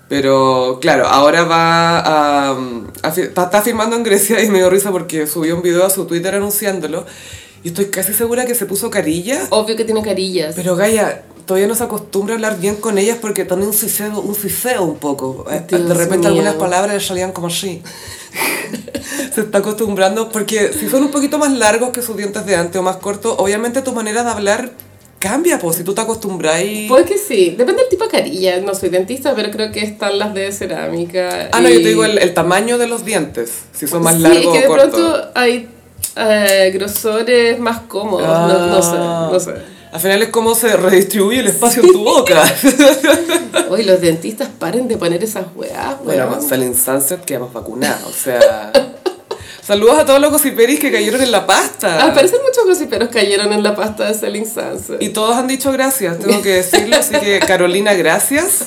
Speaker 3: Pero claro, ahora va a, a fi- está, está filmando en Grecia y me dio risa porque subió un video a su Twitter anunciándolo. Y estoy casi segura que se puso carilla
Speaker 2: Obvio que tiene carillas.
Speaker 3: pero Gaia, todavía no se acostumbra a hablar bien con ellas porque también un siseo, un siseo un poco. Eh,
Speaker 2: Dios
Speaker 3: de repente
Speaker 2: mío.
Speaker 3: algunas palabras le salían como así. se está acostumbrando porque si son un poquito más largos que sus dientes de antes o más cortos, obviamente tu manera de hablar cambia, pues si tú te acostumbras y...
Speaker 2: Pues que sí, depende del tipo de carilla. No soy dentista, pero creo que están las de cerámica.
Speaker 3: Ah, no, yo
Speaker 2: y-
Speaker 3: te digo el, el tamaño de los dientes, si son más
Speaker 2: Sí,
Speaker 3: largos
Speaker 2: es que
Speaker 3: o
Speaker 2: de
Speaker 3: cortos.
Speaker 2: pronto hay, eh, grosores más cómodos. oh, no, no sé, no sé.
Speaker 3: Ah. Al final es como se redistribuye el espacio en tu boca.
Speaker 2: Oye, los dentistas paren de poner esas weas,
Speaker 3: Ah. bueno,
Speaker 2: weón.
Speaker 3: con Selling Sunset quedamos vacunados, o sea... Saludos a todos los gossiperis que cayeron en la pasta.
Speaker 2: Al parecer muchos gossiperos cayeron en la pasta de Selling Sunset.
Speaker 3: Y todos han dicho gracias, tengo que decirlo. Así que, Carolina, gracias.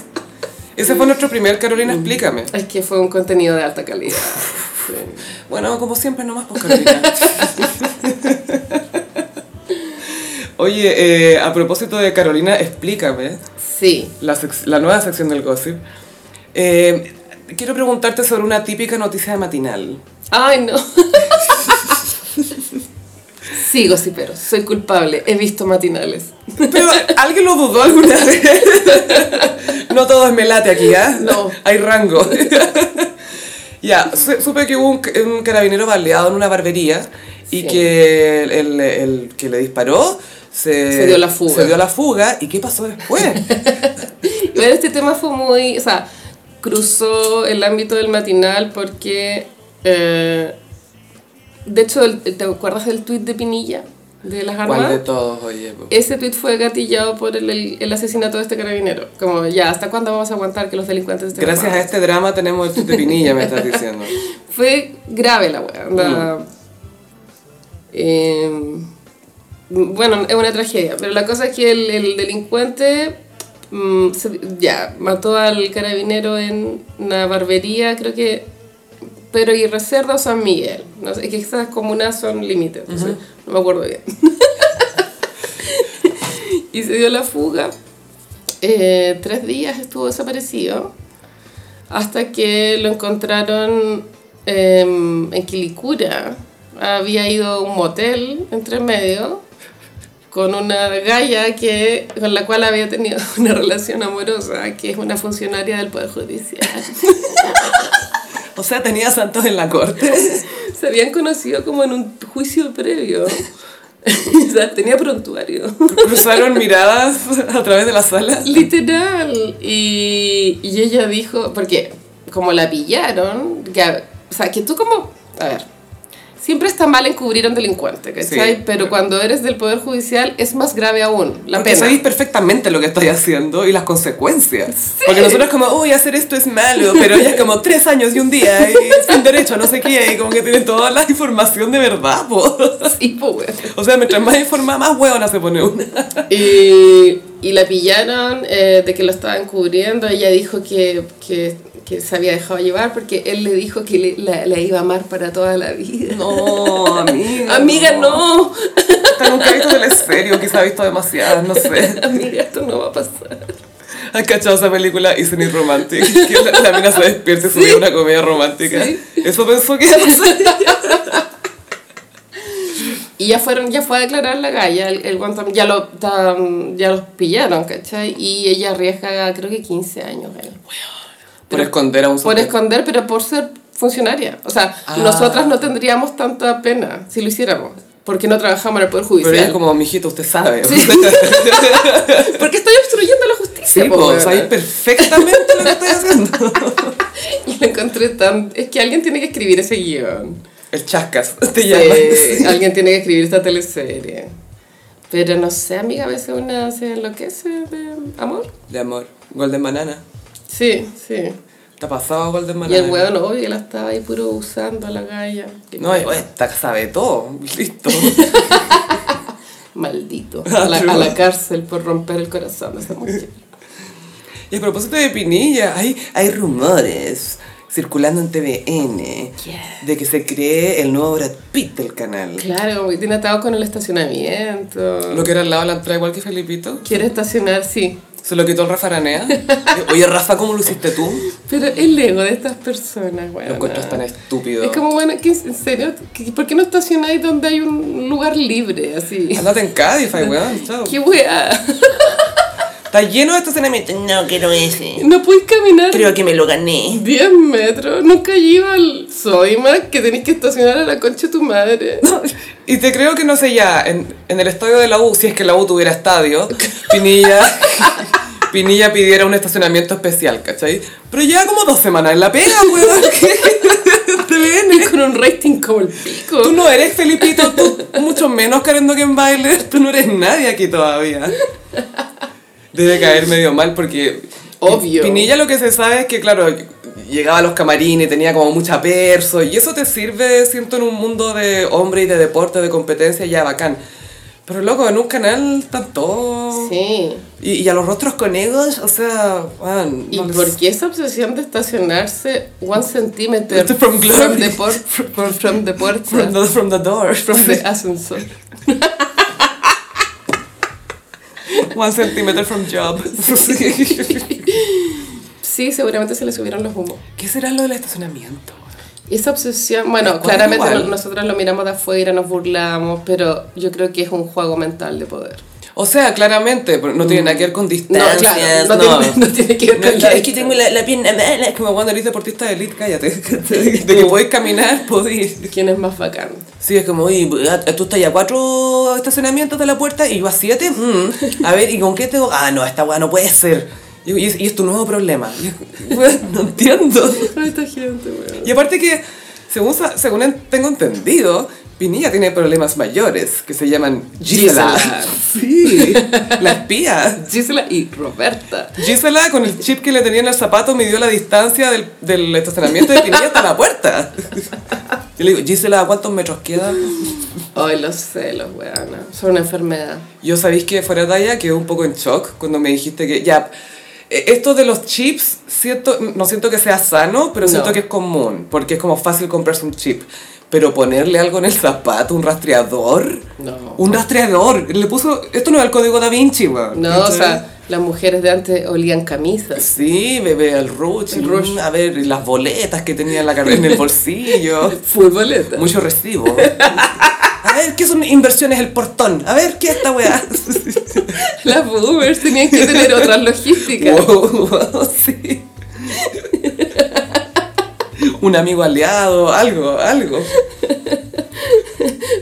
Speaker 3: Ese fue nuestro primer Carolina, explícame.
Speaker 2: Es que fue un contenido de alta calidad. Sí.
Speaker 3: Bueno, como siempre, nomás por Carolina. Oye, eh, a propósito de Carolina, explícame
Speaker 2: Sí.
Speaker 3: la, sec- la nueva sección del gossip. Eh, quiero preguntarte sobre una típica noticia de matinal.
Speaker 2: Ay, no. Sí, gossiperos, soy culpable. He visto matinales.
Speaker 3: Pero alguien lo dudó alguna vez. No todo es melate aquí, ¿ah?
Speaker 2: No.
Speaker 3: Hay rango. Ya, su- supe que hubo un, c- un carabinero baleado en una barbería y
Speaker 2: Sí.
Speaker 3: que el, el- el que le disparó se,
Speaker 2: Se dio la fuga.
Speaker 3: se dio la fuga. ¿Y qué pasó después?
Speaker 2: Igual este tema fue muy, o sea, cruzó el ámbito del matinal porque, eh, de hecho, el- ¿te acuerdas del tuit de Pinilla? De las
Speaker 3: ¿Cuál de
Speaker 2: armas.
Speaker 3: todos, oye? po?
Speaker 2: Ese tuit fue gatillado por el, el- el asesinato de este carabinero. Como, ya, ¿hasta cuándo vamos a aguantar que los delincuentes estén
Speaker 3: Gracias a
Speaker 2: armados?
Speaker 3: este drama tenemos el tuit de Pinilla, me estás diciendo.
Speaker 2: Fue grave la weá. onda. Eh, bueno, es una tragedia, pero la cosa es que el, el delincuente mm, se- ya mató al carabinero en una barbería, creo que Pedro Aguirre Cerda o San Miguel. No sé, es que esas comunas son límites, entonces no me acuerdo bien. y se dio la fuga. Eh, tres días estuvo desaparecido hasta que lo encontraron em, en Quilicura. Había ido a un motel entre medio con una galla que, con la cual había tenido una relación amorosa, que es una funcionaria del Poder Judicial.
Speaker 3: O sea, tenía santos en la corte.
Speaker 2: Se habían conocido como en un juicio previo. o sea, tenía prontuario.
Speaker 3: Cruzaron miradas a través de la sala.
Speaker 2: Literal. Y, y ella dijo, porque como la pillaron, que, a- o sea, que tú como, a ver, siempre está mal encubrir a un delincuente, ¿cachai?
Speaker 3: Sí.
Speaker 2: Pero cuando eres del Poder Judicial es más grave aún, la
Speaker 3: Porque
Speaker 2: pena.
Speaker 3: sabéis perfectamente lo que estoy haciendo y las consecuencias. Porque nosotros como, uy, hacer esto es malo, pero ella es como tres años y un día y sin derecho a no sé qué, y como que tiene toda la información de verdad, po.
Speaker 2: Sí, po, weón.
Speaker 3: O sea, mientras más informada, más huevona se pone una.
Speaker 2: y, y la pillaron eh, de que lo estaban cubriendo. Ella dijo que, que, que se había dejado llevar porque él le dijo que le- la, la iba a amar para toda la vida.
Speaker 3: No, amiga.
Speaker 2: Oh, Amiga, no.
Speaker 3: Hasta nunca he visto teleserio, quizá he visto demasiadas, no sé.
Speaker 2: Amiga, esto no va a pasar.
Speaker 3: ¿Has cachado esa película Isn't It Romantic? Que la, la mina se despierta y se ve una comedia romántica.
Speaker 2: Sí.
Speaker 3: Eso pensó que iba a pasar.
Speaker 2: Y ya fueron, ya fue a declarar la galla, el, el Guantam- ya, lo, tam- ya los pillaron, ¿cachai? Y ella arriesga creo que 15 años él.
Speaker 3: Por esconder a un
Speaker 2: Por
Speaker 3: sujeto.
Speaker 2: esconder, pero por ser funcionaria. O sea,
Speaker 3: Ah.
Speaker 2: nosotras no tendríamos tanta pena si lo hiciéramos. Porque no trabajamos en el Poder
Speaker 3: Pero ella es
Speaker 2: Judicial.
Speaker 3: como, mijito, usted sabe.
Speaker 2: Sí. Porque estoy obstruyendo la justicia.
Speaker 3: Sí,
Speaker 2: po,
Speaker 3: pues,
Speaker 2: weona.
Speaker 3: sabéis perfectamente lo que estoy haciendo.
Speaker 2: Y lo encontré tan... Es que alguien tiene que escribir ese guión.
Speaker 3: El chascas, te llaman.
Speaker 2: Sí, alguien tiene que escribir esta teleserie. pues. Pero no sé, amiga, a veces una se enloquece de amor.
Speaker 3: De amor. Golden Banana.
Speaker 2: Sí, sí.
Speaker 3: ¿Te ha pasado Golden
Speaker 2: Y
Speaker 3: Banana?
Speaker 2: el weón, obvio, que la estaba ahí puro usando a la galla. Qué
Speaker 3: No,
Speaker 2: weón.
Speaker 3: y, esta sabe todo. Listo.
Speaker 2: Maldito.
Speaker 3: Ah,
Speaker 2: A la, a la cárcel por romper el corazón de esa mujer.
Speaker 3: Y a propósito de Pinilla, hay, hay rumores circulando en TVN
Speaker 2: Yeah.
Speaker 3: de que se cree el nuevo Brad Pitt del canal.
Speaker 2: Claro, como que tiene atado con el estacionamiento.
Speaker 3: Lo que era al lado de la entrada, igual que Felipito.
Speaker 2: Quiere estacionar, sí.
Speaker 3: Se lo quitó el Rafa Aranea. Eh, Oye, Rafa, ¿cómo lo hiciste tú?
Speaker 2: Pero el ego de estas personas, weón.
Speaker 3: Lo encuentras tan estúpido.
Speaker 2: Es como, bueno, ¿qué, ¿en serio? ¿Qué- ¿Por qué no estacionáis donde hay un lugar libre, así?
Speaker 3: Andate en Cádiz, ay, weón. Chao.
Speaker 2: ¡Qué weá!
Speaker 3: Está lleno de estacionamiento.
Speaker 1: No quiero ese.
Speaker 2: No podéis caminar
Speaker 1: Creo que me lo gané.
Speaker 2: 10 metros. Nunca lleva al Sodimac que tenéis que estacionar a la concha de tu madre.
Speaker 3: Y te creo que no sé ya, en, en el estadio de la U, si es que la U tuviera estadio, Pinilla, Pinilla pidiera un estacionamiento especial, ¿cachai? Pero lleva como dos semanas en la pega, weón. en TVN.
Speaker 2: con un rating como el pico.
Speaker 3: eh. Tú no eres Felipito, tú mucho menos Karen Doken Bailer, tú no eres nadie aquí todavía. Debe caer medio mal porque...
Speaker 2: Obvio.
Speaker 3: Pinilla lo que se sabe es que, claro, llegaba a los camarines, tenía como mucha perso, y eso te sirve, siento, en un mundo de hombre y de deporte, de competencia, ya bacán. Pero loco, en un canal tan todo...
Speaker 2: Sí.
Speaker 3: Y, y a los rostros con egos, o sea, man,
Speaker 2: ¿Y
Speaker 3: no les-
Speaker 2: por qué esa obsesión de estacionarse one centimeter
Speaker 3: From glory.
Speaker 2: from the, por- from- from the puerta
Speaker 3: From the, from the door, from
Speaker 2: de
Speaker 3: the-
Speaker 2: ascensor?
Speaker 3: one centimeter from job.
Speaker 2: Sí, seguramente se le subieron los humos.
Speaker 3: ¿Qué será lo del estacionamiento?
Speaker 2: Esa obsesión, bueno,
Speaker 3: Igual,
Speaker 2: claramente
Speaker 3: igual.
Speaker 2: no- nosotros lo miramos de afuera, nos burlamos, pero yo creo que es un juego mental de poder.
Speaker 3: O sea, claramente, pero no tiene nada que ver con
Speaker 2: No,
Speaker 3: distancia.
Speaker 2: claro, no,
Speaker 1: no.
Speaker 2: Tiene, no tiene que ver con
Speaker 3: No,
Speaker 2: la-
Speaker 3: es que tengo la, la pierna mala. Es como cuando eres deportista de elite, cállate. De que podéis caminar, podéis.
Speaker 2: ¿Quién es más bacán?
Speaker 3: Sí, es como, oye, ah, tú estás ya a cuatro estacionamientos de la puerta y yo a siete. mm. A ver, ¿y con qué te.? Ah, no, esta weá no puede ser. Y, y es, y es tu nuevo problema. Y- No entiendo.
Speaker 2: Ay, esta gente, weón.
Speaker 3: Y aparte que, según, sa- según en- tengo entendido, Pinilla tiene problemas mayores que se llaman Gisela.
Speaker 2: Gisela.
Speaker 3: Sí, la espía.
Speaker 2: Gisela y Roberta.
Speaker 3: Gisela, con el chip que le tenían al zapato, midió la distancia del, del estacionamiento de Pinilla hasta la puerta. Yo le digo, Gisela, ¿a cuántos metros queda?
Speaker 2: Ay, los celos, weón. Son una enfermedad.
Speaker 3: Yo sabéis que fuera de talla quedé un poco en shock cuando me dijiste que ya... eh, Esto de los chips, siento, no siento que sea sano, pero
Speaker 2: No.
Speaker 3: siento que es común, porque es como fácil comprarse un chip. Pero ponerle algo en el zapato, un rastreador.
Speaker 2: No.
Speaker 3: Un rastreador. Le puso. Esto no es el código da Vinci, weón.
Speaker 2: No, o
Speaker 3: ¿Cachai?
Speaker 2: sea, las mujeres de antes olían camisas.
Speaker 3: Sí, bebé, el rush.
Speaker 2: El ruch.
Speaker 3: mm, A ver, y las boletas que tenía en, la, car- en el bolsillo.
Speaker 2: Futboleta.
Speaker 3: Mucho recibo. A ver, ¿qué son inversiones el portón? A ver, ¿qué es esta weá?
Speaker 2: Las boomers tenían que tener otras logísticas.
Speaker 3: Wow, wow, sí. Un amigo aliado, algo, algo.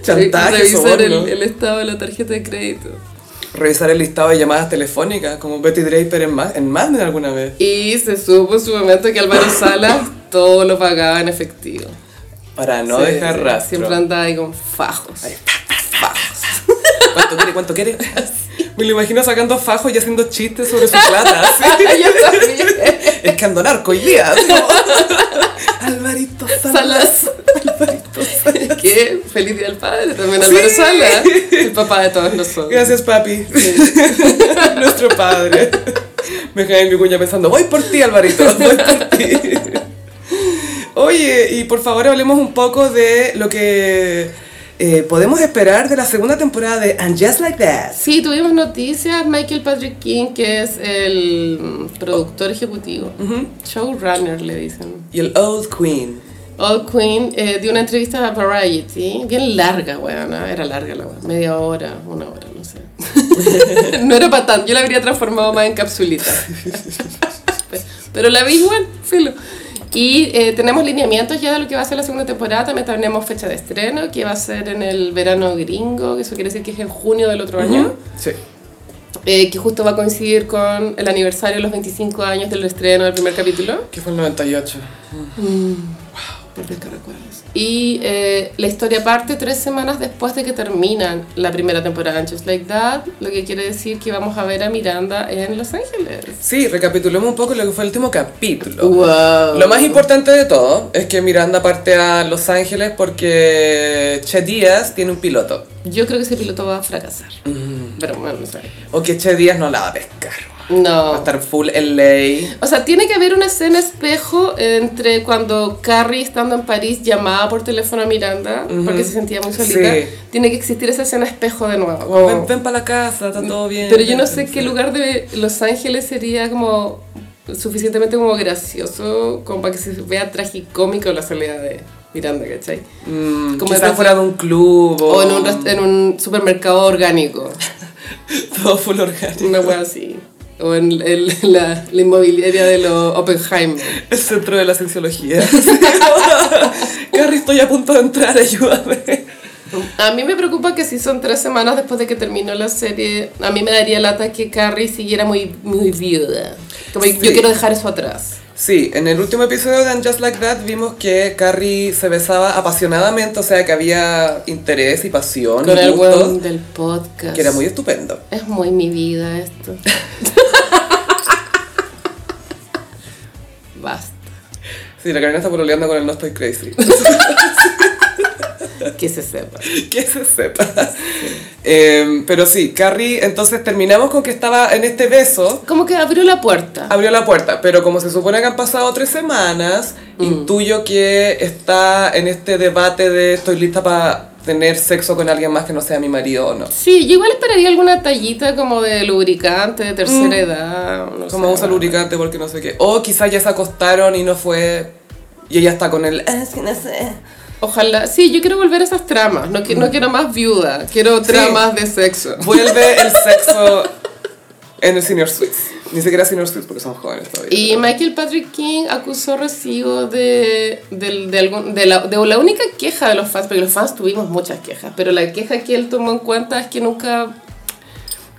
Speaker 3: Chantaje,
Speaker 2: Revisar el,
Speaker 3: soborno.
Speaker 2: el estado de la tarjeta de crédito.
Speaker 3: Revisar el listado de llamadas telefónicas, como Betty Draper en, Ma- en Mad Men alguna vez.
Speaker 2: Y se supo en su momento que Álvaro Salas todo lo pagaba en efectivo.
Speaker 3: Para no
Speaker 2: Sí,
Speaker 3: dejar
Speaker 2: sí.
Speaker 3: rastro.
Speaker 2: Siempre andaba ahí con fajos.
Speaker 3: ¿Cuánto quiere? ¿Cuánto quiere? Me lo imagino sacando fajos y haciendo chistes sobre su plata. así.
Speaker 2: Yo también.
Speaker 3: Es que ando narco hoy día. así como, Alvarito Salas.
Speaker 2: Salas. ¿Qué? Feliz Día del Padre también, Álvaro
Speaker 3: Sí.
Speaker 2: Salas. El papá de todos nosotros.
Speaker 3: Gracias, papi. Nuestro padre. Me cae en mi cuña pensando, voy por ti, Alvarito, voy por ti. Oye, y por favor hablemos un poco de lo que eh, podemos esperar de la segunda temporada de And Just Like That.
Speaker 2: Sí, tuvimos noticias. Michael Patrick King, que es el mm, productor ejecutivo, showrunner le dicen.
Speaker 3: Y el Old Queen.
Speaker 2: All Queen eh, dio una entrevista a Variety, bien larga, weón, era larga la weón, media hora, una hora, no sé. no era para tanto, yo la habría transformado más en capsulita. Pero la vi igual, filo. Y eh, tenemos lineamientos ya de lo que va a ser la segunda temporada, también tenemos fecha de estreno, que va a ser en el verano gringo, que eso quiere decir que es en junio del otro año.
Speaker 3: Sí.
Speaker 2: eh, que justo va a coincidir con el aniversario de los 25 años del estreno del primer capítulo.
Speaker 3: Que fue el 98.
Speaker 2: Y eh, la historia parte tres semanas después de que terminan la primera temporada de Just Like That, lo que quiere decir que vamos a ver a Miranda en Los Ángeles.
Speaker 3: Sí, recapitulemos un poco lo que fue el último capítulo.
Speaker 2: Wow.
Speaker 3: Lo más importante de todo es que Miranda parte a Los Ángeles porque Che Díaz tiene un piloto.
Speaker 2: Yo creo que ese piloto va a fracasar. Pero bueno, no sé.
Speaker 3: O que Che Díaz no la va a pescar. Va a
Speaker 2: No.
Speaker 3: estar full LA.
Speaker 2: O sea, tiene que haber una escena espejo entre cuando Carrie, estando en París, llamaba por teléfono a Miranda porque se sentía muy solita.
Speaker 3: Sí. Oh.
Speaker 2: Tiene que existir esa escena espejo de nuevo.
Speaker 3: Ven, ven para la casa, está todo bien.
Speaker 2: Oh. Pero yo no sé qué lugar de Los Ángeles sería como suficientemente como gracioso como para que se vea tragicómico la soledad de Miranda, ¿cachai?
Speaker 3: Mm,
Speaker 2: Como
Speaker 3: quizás
Speaker 2: de-
Speaker 3: fuera de un club o,
Speaker 2: O en un, rest- en un supermercado orgánico,
Speaker 3: Todo full orgánico.
Speaker 2: una wea así. O en el- la, la inmobiliaria de los Oppenheimer.
Speaker 3: El centro de la sexología. Carrie, estoy a punto de entrar, ayúdame.
Speaker 2: A mí me preocupa que si son tres semanas después de que terminó la serie, a mí me daría lata que Carrie siguiera muy, muy viuda. Como
Speaker 3: Sí.
Speaker 2: yo quiero dejar eso atrás.
Speaker 3: Sí, en el último episodio de And Just Like That vimos que Carrie se besaba apasionadamente, o sea que había interés y pasión
Speaker 2: Con
Speaker 3: y
Speaker 2: el
Speaker 3: gustos,
Speaker 2: weón del podcast.
Speaker 3: que era muy estupendo.
Speaker 2: Es muy mi vida esto. Basta.
Speaker 3: Sí, la Carolina está pololeando con el No Estoy Crazy.
Speaker 2: Que se sepa.
Speaker 3: que se sepa. Em, pero sí, Carrie, entonces terminamos con que estaba en este beso,
Speaker 2: Como que abrió la puerta.
Speaker 3: abrió la puerta, pero como se supone que han pasado tres semanas, intuyo que está en este debate de estoy lista para tener sexo con alguien más que no sea mi marido o no.
Speaker 2: Sí, yo igual esperaría alguna tallita como de lubricante de tercera edad. no
Speaker 3: Mm. Como
Speaker 2: sé,
Speaker 3: usa lubricante porque no sé qué. O quizás ya se acostaron y no fue... Y ella está con el...
Speaker 1: Es que no sé.
Speaker 2: Ojalá. Sí, yo quiero volver a esas tramas. No, qui- no quiero más viuda. Quiero
Speaker 3: Mm. Sí.
Speaker 2: tramas de sexo.
Speaker 3: Vuelve el sexo en el Senior Suites. Ni siquiera Senior Suites porque son jóvenes todavía.
Speaker 2: Y Michael Patrick King acusó recibo de, del- de algún- de la, de la única queja de los fans, porque los fans tuvimos muchas quejas, pero la queja que él tomó en cuenta es que nunca,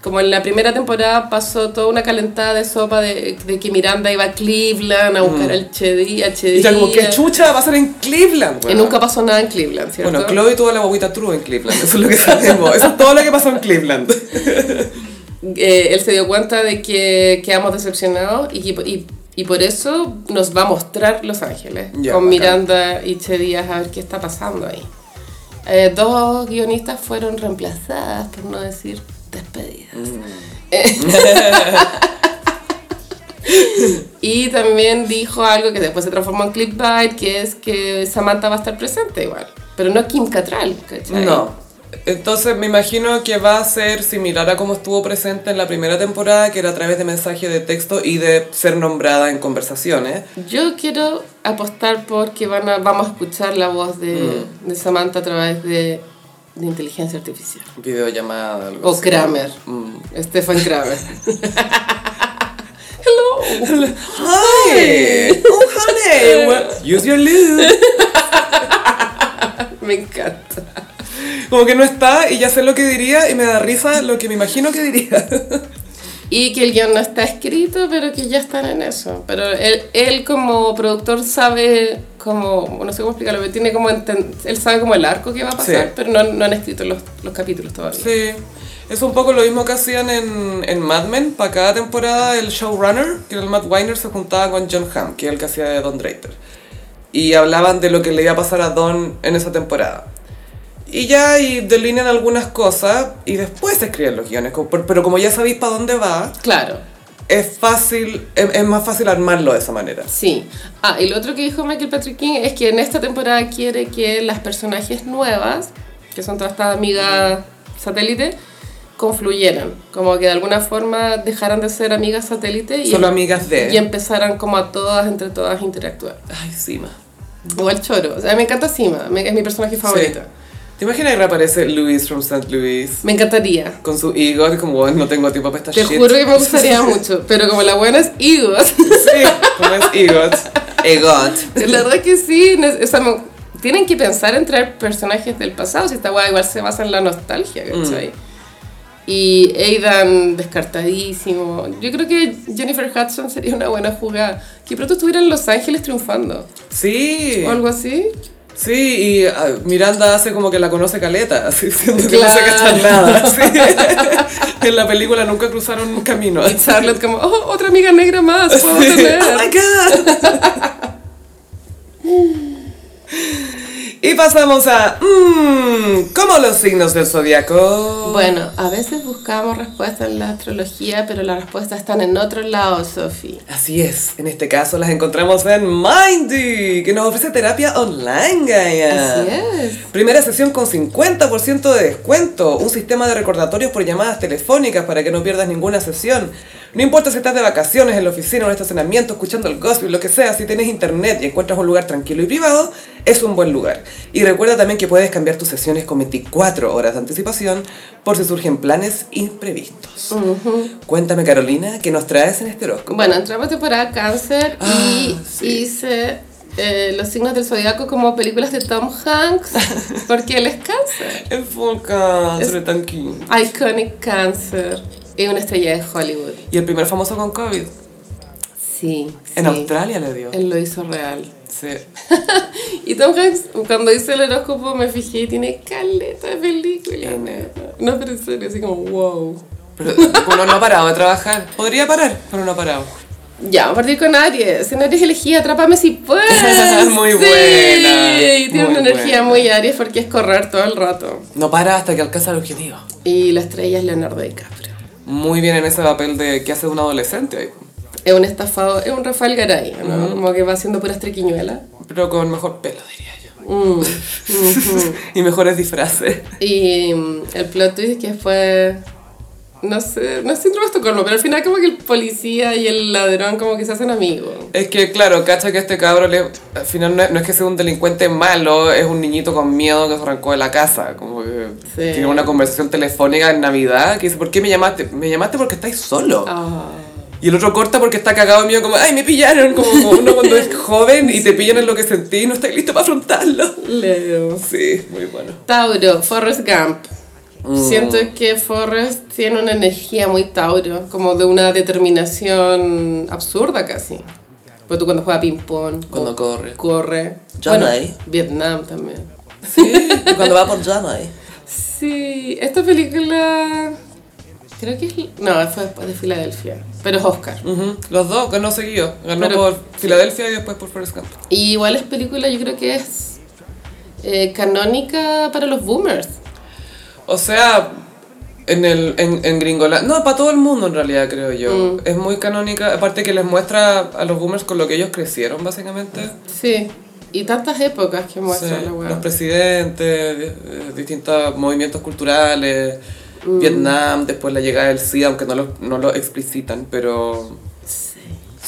Speaker 2: como en la primera temporada pasó toda una calentada de sopa de, de que Miranda iba a Cleveland a buscar al Chedi, a Chedi.
Speaker 3: Y ya como que chucha va a ser en Cleveland.
Speaker 2: Y
Speaker 3: weona.
Speaker 2: nunca pasó nada eh. en Cleveland, ¿cierto?
Speaker 3: Bueno, Chloe tuvo la guaguita true en Cleveland, eso es lo que sabemos. Eso es todo lo que pasó en Cleveland.
Speaker 2: Eh, él se dio cuenta de que quedamos decepcionados y, que- y, y por eso nos va a mostrar Los Ángeles
Speaker 3: Ya,
Speaker 2: con
Speaker 3: bacán.
Speaker 2: Miranda y Che Díaz a ver qué está pasando ahí. Eh, dos guionistas fueron reemplazadas, por no decir despedidas.
Speaker 3: Mm.
Speaker 2: Eh, y también dijo algo que después se transformó en clickbait, que es que Samantha va a estar presente igual, pero no Kim Cattrall, ¿cachai?
Speaker 3: No. Entonces me imagino que va a ser similar a como estuvo presente en la primera temporada, que era a través de mensajes de texto y de ser nombrada en conversaciones.
Speaker 2: Yo quiero apostar porque van a, vamos a escuchar la voz de,
Speaker 3: Mm.
Speaker 2: de Samantha a través de, de inteligencia artificial.
Speaker 3: Videollamada, algo
Speaker 2: O
Speaker 3: así.
Speaker 2: Kramer.
Speaker 3: Mm.
Speaker 2: Stefan Kramer. Hello.
Speaker 3: Hi! Oh, honey! what- Use your lube.
Speaker 2: Me encanta.
Speaker 3: Como que no está y ya sé lo que diría y me da risa lo que me imagino que diría.
Speaker 2: Y que el guión no está escrito, pero que ya están en eso. Pero él, él como productor sabe como, no sé cómo explicarlo, pero tiene como, enten- él sabe como el arco que va a pasar,
Speaker 3: Sí.
Speaker 2: pero no, no han escrito los, los capítulos todavía.
Speaker 3: Sí, es un poco lo mismo que hacían en, en Mad Men. Para cada temporada el showrunner, que era el Matt Weiner, se juntaba con John Hamm, que era el que hacía de Don Draper. Y hablaban de lo que le iba a pasar a Don en esa temporada. Y ya y delinean algunas cosas y después se escriben los guiones. Como- por- Pero como ya sabéis para dónde va,
Speaker 2: Claro.
Speaker 3: es fácil, es, es más fácil armarlo de esa manera.
Speaker 2: Sí. Ah, y lo otro que dijo Michael Patrick King es que en esta temporada quiere que las personajes nuevas, que son todas estas amigas satélite, confluyeran. Como que de alguna forma dejaran de ser amigas satélite y,
Speaker 3: Solo amigas de.
Speaker 2: y empezaran como a todas, entre todas, a interactuar.
Speaker 3: Ay, Sima.
Speaker 2: O al choro. O sea, me encanta Sima, me- es mi personaje favorito.
Speaker 3: ¿Te imaginas que reaparece Louis from St. Louis?
Speaker 2: Me encantaría.
Speaker 3: Con su ego, que como "Bueno, no tengo tiempo para esta
Speaker 2: Te
Speaker 3: shit".
Speaker 2: juro que me gustaría mucho, pero como la buena es Igos.
Speaker 3: Sí, como es Egot. Egot.
Speaker 2: La verdad que sí, ne- o sea, me- tienen que pensar en traer personajes del pasado, si esta weá igual se basa en la nostalgia, ¿cachai? Y Aidan descartadísimo. Yo creo que Jennifer Hudson sería una buena jugada. Que pronto estuviera en Los Ángeles triunfando.
Speaker 3: Sí.
Speaker 2: O algo así.
Speaker 3: Sí, y ah, Miranda hace como que la conoce caleta, así, siendo que no se
Speaker 2: Claro.
Speaker 3: cachan nada. así. en la película nunca cruzaron un camino.
Speaker 2: Y Charlotte como, oh, otra amiga negra más, puedo tener.
Speaker 3: Oh my god. y pasamos a. Mmm, ¿Cómo los signos del zodiaco?
Speaker 2: Bueno, a veces buscamos respuestas en la astrología, pero las respuestas están en otro lado, Sophie.
Speaker 3: Así es, en este caso las encontramos en Mindy, que nos ofrece terapia online, Gaia.
Speaker 2: Así es.
Speaker 3: Primera sesión con 50% de descuento, un sistema de recordatorios por llamadas telefónicas para que no pierdas ninguna sesión. No importa si estás de vacaciones, en la oficina, en un estacionamiento, escuchando el gossip, lo que sea, si tienes internet y encuentras un lugar tranquilo y privado, es un buen lugar. Y recuerda también que puedes cambiar tus sesiones con 24 horas de anticipación por si surgen planes imprevistos. Cuéntame Carolina, ¿qué nos traes en este horóscopo?
Speaker 2: Bueno, entramos a temporada cáncer y
Speaker 3: Ah, sí.
Speaker 2: hice eh, los signos del zodiaco como películas de Tom Hanks, porque él es cáncer.
Speaker 3: El cáncer tan cute.
Speaker 2: Iconic cáncer y una estrella de Hollywood.
Speaker 3: Y el primer famoso con COVID.
Speaker 2: Sí. sí.
Speaker 3: En
Speaker 2: Eh,
Speaker 3: Australia le dio.
Speaker 2: Él lo hizo real.
Speaker 3: Sí.
Speaker 2: Y Tom Hanks, cuando hice el horóscopo, me fijé y tiene caleta de película.
Speaker 3: Tiene.
Speaker 2: No, pero en serio, así como, wow.
Speaker 3: Pero uno no ha parado de trabajar. Podría parar, pero no ha parado.
Speaker 2: Ya, vamos a partir con Aries. En Aries elegí Atrápame si puedes.
Speaker 3: Muy
Speaker 2: Sí,
Speaker 3: buena,
Speaker 2: Tiene
Speaker 3: muy
Speaker 2: una energía
Speaker 3: buena.
Speaker 2: muy Aries porque es correr todo el rato.
Speaker 3: No para hasta que alcanza el objetivo.
Speaker 2: Y la estrella es Leonardo DiCaprio.
Speaker 3: Muy bien en ese papel de que hace un adolescente ahí.
Speaker 2: Es un estafado, es un Rafael Garay, ¿no? Como que va haciendo puras triquiñuelas.
Speaker 3: Pero con mejor pelo, diría yo.
Speaker 2: Mm.
Speaker 3: y mejores disfraces.
Speaker 2: Y mm, el plot twist que fue... No sé, no es síndrome de Estocolmo, pero al final como que el policía y el ladrón como que se hacen amigos.
Speaker 3: Es que, claro, cacha que este cabro le- al final no es, no es que sea un delincuente malo, es un niñito con miedo que se arrancó de la casa. Como que
Speaker 2: Sí.
Speaker 3: tiene una conversación telefónica en Navidad que dice: ¿Por qué me llamaste? Me llamaste porque estáis solo.
Speaker 2: Ah.
Speaker 3: Y el otro corta porque está cagado mío, como, ay, me pillaron. Como, como uno cuando es joven y te pillan en lo que sentí y no estás listo para afrontarlo.
Speaker 2: Leo.
Speaker 3: Sí, muy bueno.
Speaker 2: Tauro, Forrest Gump. Siento que Forrest tiene una energía muy Tauro, como de una determinación absurda casi. Pero tú cuando juega ping-pong,
Speaker 1: Cuando
Speaker 2: o
Speaker 1: corre.
Speaker 2: Corre.
Speaker 1: Yo no hay.
Speaker 2: Vietnam también.
Speaker 1: Sí. Y cuando va por ya no
Speaker 3: eh.
Speaker 1: hay.
Speaker 2: Sí, esta película. Creo que es. No, fue después de Filadelfia, pero es Oscar.
Speaker 3: Ujú. Los dos ganó seguido. Ganó
Speaker 2: Pero-
Speaker 3: por Filadelfia y después por Forrest Gump.
Speaker 2: Y igual es película, yo creo que es eh, canónica para los boomers.
Speaker 3: O sea, en, el, en, en Gringolandia. No, para todo el mundo en realidad, creo yo.
Speaker 1: Mm.
Speaker 3: Es muy canónica. Aparte que les muestra a los boomers con lo que ellos crecieron, básicamente.
Speaker 2: Sí. Y tantas épocas que
Speaker 3: Sí,
Speaker 2: muestra la
Speaker 3: los
Speaker 2: weá.
Speaker 3: presidentes, eh, distintos movimientos culturales.
Speaker 2: Mm.
Speaker 3: Vietnam, después la llegada del SIDA, aunque no lo, no lo explicitan, pero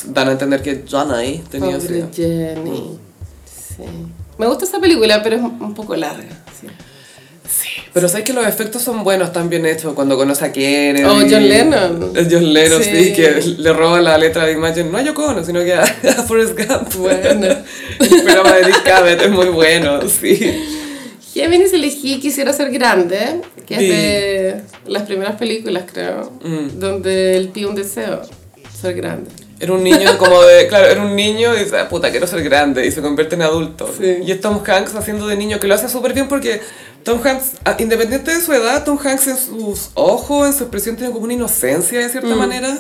Speaker 3: dan a entender que John ahí tenía
Speaker 2: Pobre
Speaker 3: SIDA.
Speaker 2: Jenny. Sí. Me gusta esa película, pero es un poco larga. sí.
Speaker 3: Pero sabes que los efectos son buenos, están bien hechos. Cuando conoce a Kennedy.
Speaker 2: Oh, John Lennon.
Speaker 3: Es John Lennon, sí.
Speaker 2: Sí.
Speaker 3: que le roba la letra de Imagine. No a Yoko Ono, sino que a, a Forrest Gump.
Speaker 2: Bueno.
Speaker 3: El programa de Dick Cavett es muy bueno, sí.
Speaker 2: Géminis elegí Quisiera ser grande, que
Speaker 3: Sí.
Speaker 2: es de las primeras películas, creo,
Speaker 3: Mm.
Speaker 2: donde él pide un deseo, ser grande.
Speaker 3: Era un niño como de... Claro, era un niño y dice, "Ah, puta, quiero ser grande. Y se convierte en adulto.
Speaker 2: Sí.
Speaker 3: Y es Tom Hanks haciendo de niño, que lo hace súper bien porque... Tom Hanks, a- independiente de su edad, Tom Hanks en sus ojos, en su expresión, tiene como una inocencia de cierta manera.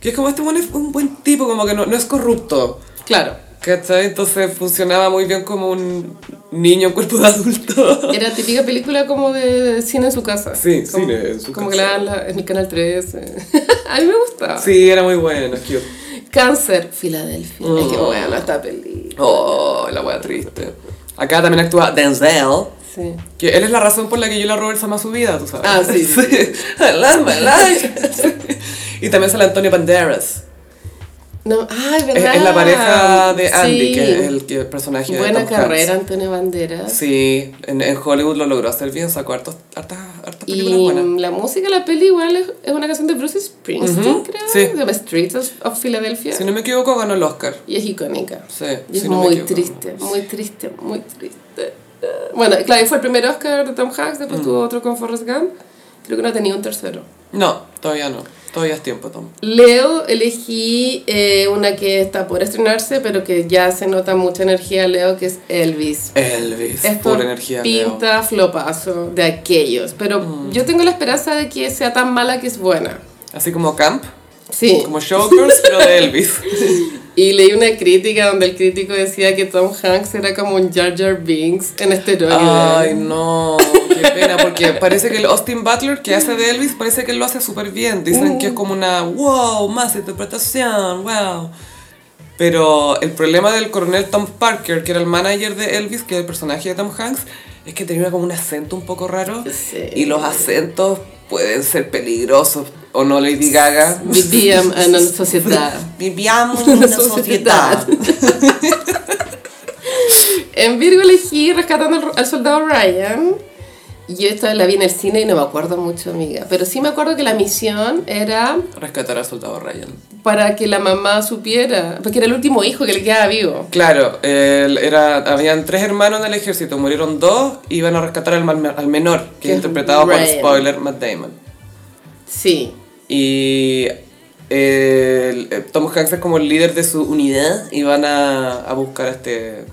Speaker 3: Que es como, este bueno es un buen tipo, como que no, no es corrupto.
Speaker 2: Claro,
Speaker 3: ¿Cachai? Entonces funcionaba muy bien como un niño en cuerpo de adulto.
Speaker 2: era típica película como de cine en su casa.
Speaker 3: Sí,
Speaker 2: como,
Speaker 3: cine en su
Speaker 2: como que
Speaker 3: casa.
Speaker 2: la dan la- en el canal 3. A mí me gustaba.
Speaker 3: Sí, era muy bueno, cute.
Speaker 2: Cáncer, Filadelfia. Es que
Speaker 3: Oh.
Speaker 2: bueno, esta película.
Speaker 3: Oh, la wea triste. Acá también actúa Denzel,
Speaker 2: Sí.
Speaker 3: que él es la razón por la que Julia Roberts ama su vida, tú sabes.
Speaker 2: Ah, sí, sí,
Speaker 3: I love my life. y también sale Antonio Banderas.
Speaker 2: No, ah, es
Speaker 3: Es,
Speaker 2: verdad.
Speaker 3: es la pareja de Andy,
Speaker 2: Ah, Sí.
Speaker 3: que es el, que- el personaje de
Speaker 2: Buena
Speaker 3: Tom Hanks.
Speaker 2: carrera, Antonio Banderas.
Speaker 3: Sí, en, en Hollywood lo logró hacer bien, sacó hartos, hartas, hartas
Speaker 2: Y
Speaker 3: películas buenas.
Speaker 2: la música de la peli igual es, es una canción de Bruce Springsteen,
Speaker 3: Ujú,
Speaker 2: creo,
Speaker 3: sí.
Speaker 2: de The Streets of, of Philadelphia.
Speaker 3: Si no me equivoco, ganó el Oscar.
Speaker 2: Y es icónica.
Speaker 3: Sí,
Speaker 2: Y es
Speaker 3: si no me
Speaker 2: muy
Speaker 3: equivoco.
Speaker 2: triste, muy triste, muy triste. Bueno, claro, y fue el primer Oscar de Tom Hanks,
Speaker 3: Mm.
Speaker 2: después tuvo otro con Forrest Gump. Creo que no tenía un tercero.
Speaker 3: No, todavía no. Todavía es tiempo, Tom.
Speaker 2: Leo, elegí eh, una que está por estrenarse, pero que ya se nota mucha energía, Leo, que es Elvis.
Speaker 3: Elvis,
Speaker 2: Esto
Speaker 3: pura energía. Leo. Mm.
Speaker 2: pinta flopazo de aquellos. Pero yo tengo la esperanza de que sea tan mala que es buena.
Speaker 3: Así como Camp,
Speaker 2: Sí.
Speaker 3: como Showgirls, pero de Elvis.
Speaker 2: Y leí una crítica donde el crítico decía que Tom Hanks era como un Jar Jar Binks en este esteroides.
Speaker 3: Ay, no, qué pena, porque parece que el Austin Butler que hace de Elvis, parece que lo hace súper bien. Dicen que es como una, wow, más interpretación, wow. Pero el problema del coronel Tom Parker, que era el manager de Elvis, que es el personaje de Tom Hanks, es que tenía como un acento un poco raro.
Speaker 2: Sí.
Speaker 3: Y los acentos pueden ser peligrosos, ¿o no, Lady Gaga?
Speaker 2: Vivían en una sociedad.
Speaker 1: Vivíamos en una sociedad.
Speaker 2: En Virgo elegí Rescatando al- al Soldado Ryan. Yo esta la vi en el cine y no me acuerdo mucho, amiga. Pero sí me acuerdo que la misión era
Speaker 3: Rescatar al soldado Ryan.
Speaker 2: para que la mamá supiera. Porque era el último hijo que le quedaba vivo.
Speaker 3: Claro, él era, habían tres hermanos en el ejército, murieron dos y iban a rescatar al, mal- al menor, que
Speaker 2: Que
Speaker 3: es interpretado por
Speaker 2: Ryan.
Speaker 3: spoiler Matt Damon.
Speaker 2: Sí.
Speaker 3: Y eh, el- eh, Tom Hanks es como el líder de su unidad y van a, a buscar a este,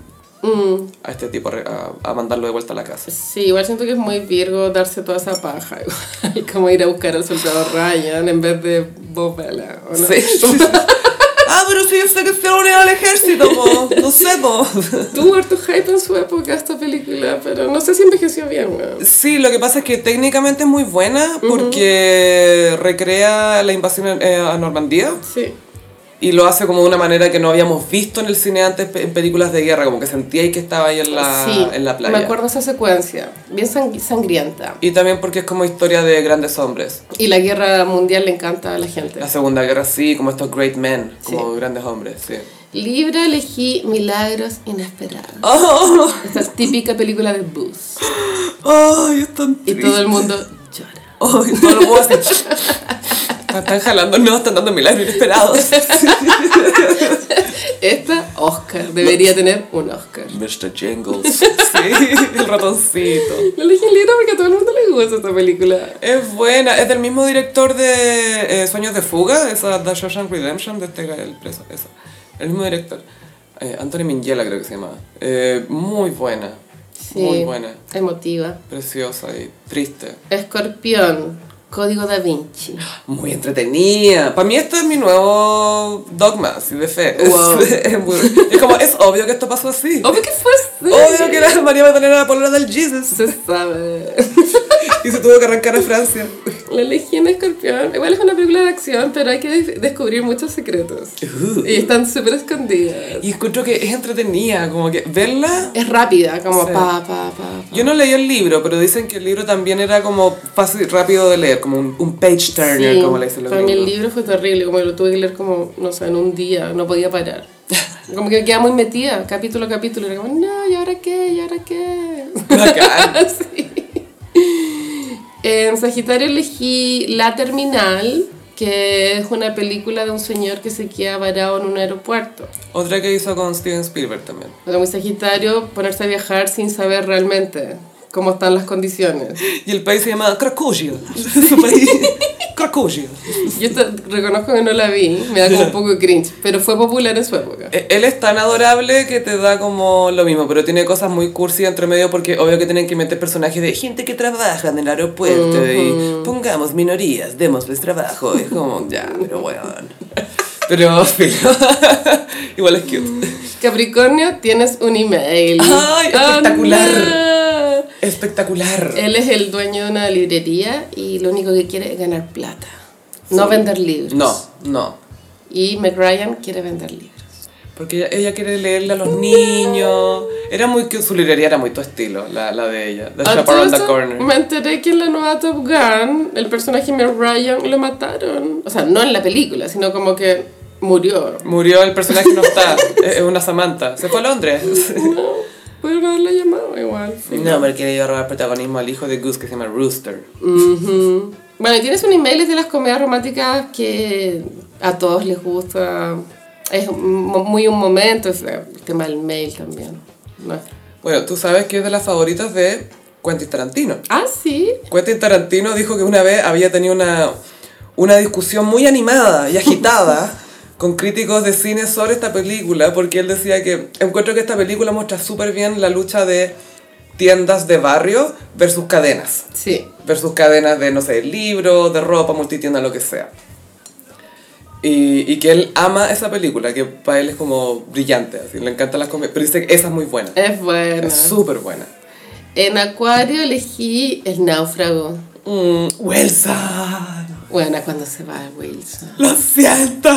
Speaker 2: Mm,
Speaker 3: a este tipo, re- a, a mandarlo de vuelta a la casa.
Speaker 2: sí, igual siento que es muy virgo darse toda esa paja, igual, como ir a buscar al soldado Ryan en vez de Bob Vela, ¿o no?
Speaker 1: Ah, pero si yo sé que se va a unir al ejército, po. No sé, po.
Speaker 2: Tuvo harto hype en su época esta película, pero no sé si envejeció bien, weón.
Speaker 3: Sí, lo que pasa es que técnicamente es muy buena porque recrea la invasión eh, a Normandía
Speaker 2: Sí.
Speaker 3: y lo hace como de una manera que no habíamos visto en el cine antes pe- en películas de guerra, como que sentíais que estaba ahí en la,
Speaker 2: sí,
Speaker 3: Ah, en la playa.
Speaker 2: me acuerdo esa secuencia, bien sang- sangrienta.
Speaker 3: Y también porque es como historia de grandes hombres.
Speaker 2: Y la guerra mundial le encanta a la gente.
Speaker 3: La Segunda Guerra sí, como estos great men, como
Speaker 2: Sí.
Speaker 3: grandes hombres, sí.
Speaker 2: Libra elegí Milagros Inesperados.
Speaker 1: Oh,
Speaker 2: Esta es típica película de Buzz.
Speaker 1: ay, es tan
Speaker 2: Y
Speaker 1: triste.
Speaker 2: todo el mundo llora.
Speaker 1: Ay, no lo puedo hacer.
Speaker 3: Están jalando, no, están dando milagros inesperados.
Speaker 2: Esta, Oscar. Debería tener un Oscar.
Speaker 3: Mr. Jingles. Sí, el ratoncito.
Speaker 2: La elegí en Libra porque a todo el mundo le gusta esta película.
Speaker 3: Es buena, es del mismo director de eh, Sueños de Fuga, esa The Shawshank Redemption, de este el preso, esa. El mismo director. Eh, Anthony Minghella creo que se llama. Eh, muy buena,
Speaker 2: Sí,
Speaker 3: muy buena,
Speaker 2: Emotiva.
Speaker 3: preciosa y triste.
Speaker 2: Escorpión. Código da Vinci.
Speaker 3: Muy entretenida. Para mí este es mi nuevo dogma, así de fe.
Speaker 2: Wow.
Speaker 3: Es, es muy- es como, es obvio que esto pasó así.
Speaker 2: Obvio que fue así.
Speaker 3: Obvio que la María Magdalena era la polera del Jesus
Speaker 2: Se sabe.
Speaker 3: y se tuvo que arrancar a Francia.
Speaker 2: La Legión Escorpión. Igual es una película de acción, pero hay que des- descubrir muchos secretos. Y están súper escondidas.
Speaker 3: Y encuentro que es entretenida, como que verla
Speaker 2: Es rápida, como
Speaker 3: Sí.
Speaker 2: pa, pa, pa, pa.
Speaker 3: Yo no leí el libro, pero dicen que el libro también era como fácil, rápido de leer, como un, un page turner,
Speaker 2: Sí,
Speaker 3: como le dicen los
Speaker 2: para mí el
Speaker 3: gringos.
Speaker 2: libro fue terrible, como lo tuve que leer como, no sé, en un día, no podía parar. Como que quedaba muy metida, capítulo a capítulo, era como, no, ¿y ahora qué? ¿y ahora qué?
Speaker 3: Bacán.
Speaker 2: Sí. En Sagitario elegí La Terminal, que es una película de un señor que se queda varado en un aeropuerto.
Speaker 3: Otra que hizo con Steven Spielberg también.
Speaker 2: Pero muy Sagitario, ponerse a viajar sin saber realmente cómo están las condiciones.
Speaker 3: Y el país se llama Cracovia. Su país. Cracovia.
Speaker 2: Yo esta- reconozco que no la vi, me da como un poco cringe, pero fue popular en su época.
Speaker 3: E- Él es tan adorable que te da como lo mismo, pero tiene cosas muy cursi entre medio porque obvio que tienen que meter personajes de gente que trabaja en el aeropuerto y pongamos minorías, démosles trabajo. Es como, ya, pero weón. Pero, filo. igual es cute.
Speaker 2: Capricornio, tienes un email.
Speaker 3: ¡Ay, espectacular!
Speaker 2: no.
Speaker 3: Espectacular.
Speaker 2: Él es el dueño de una librería y lo único que quiere es ganar plata, no vender libros.
Speaker 3: No, no.
Speaker 2: Y McRyan quiere vender libros.
Speaker 3: Porque ella, ella quiere leerle a los niños. Era muy que su librería era muy tu estilo, la, la de ella. The
Speaker 2: A
Speaker 3: Shop
Speaker 2: todo
Speaker 3: Around the
Speaker 2: eso,
Speaker 3: Corner.
Speaker 2: Me enteré que en la nueva Top Gun el personaje McRyan lo mataron. O sea, no en la película, sino como que murió.
Speaker 3: Murió el personaje no está. es es una Samantha. Se fue a Londres.
Speaker 2: No, pudieron haberla llamado igual. sí.
Speaker 3: No, porque le iba a robar protagonismo al hijo de Goose que se llama Rooster.
Speaker 2: Ujú. Bueno, y tienes un email es de las comedias románticas que a todos les gusta. Es mo- muy un momento, o sea, el tema del mail también. No es-
Speaker 3: Bueno, tú sabes que es de las favoritas de Quentin Tarantino.
Speaker 2: Ah, sí.
Speaker 3: Quentin Tarantino dijo que una vez había tenido una, una discusión muy animada y agitada con críticos de cine sobre esta película, porque él decía que encuentro que esta película muestra súper bien la lucha de tiendas de barrio versus cadenas,
Speaker 2: Sí.
Speaker 3: versus cadenas de, no sé, libros, de ropa, multitienda, lo que sea. Y, y que él ama esa película, que para él es como brillante, así, le encantan las comedias, pero dice que esa es muy buena,
Speaker 2: Es bueno.
Speaker 3: es súper buena.
Speaker 2: En Acuario elegí El Náufrago.
Speaker 3: Mm, Wilson.
Speaker 2: Bueno, cuando se va Wilson.
Speaker 3: Lo siento,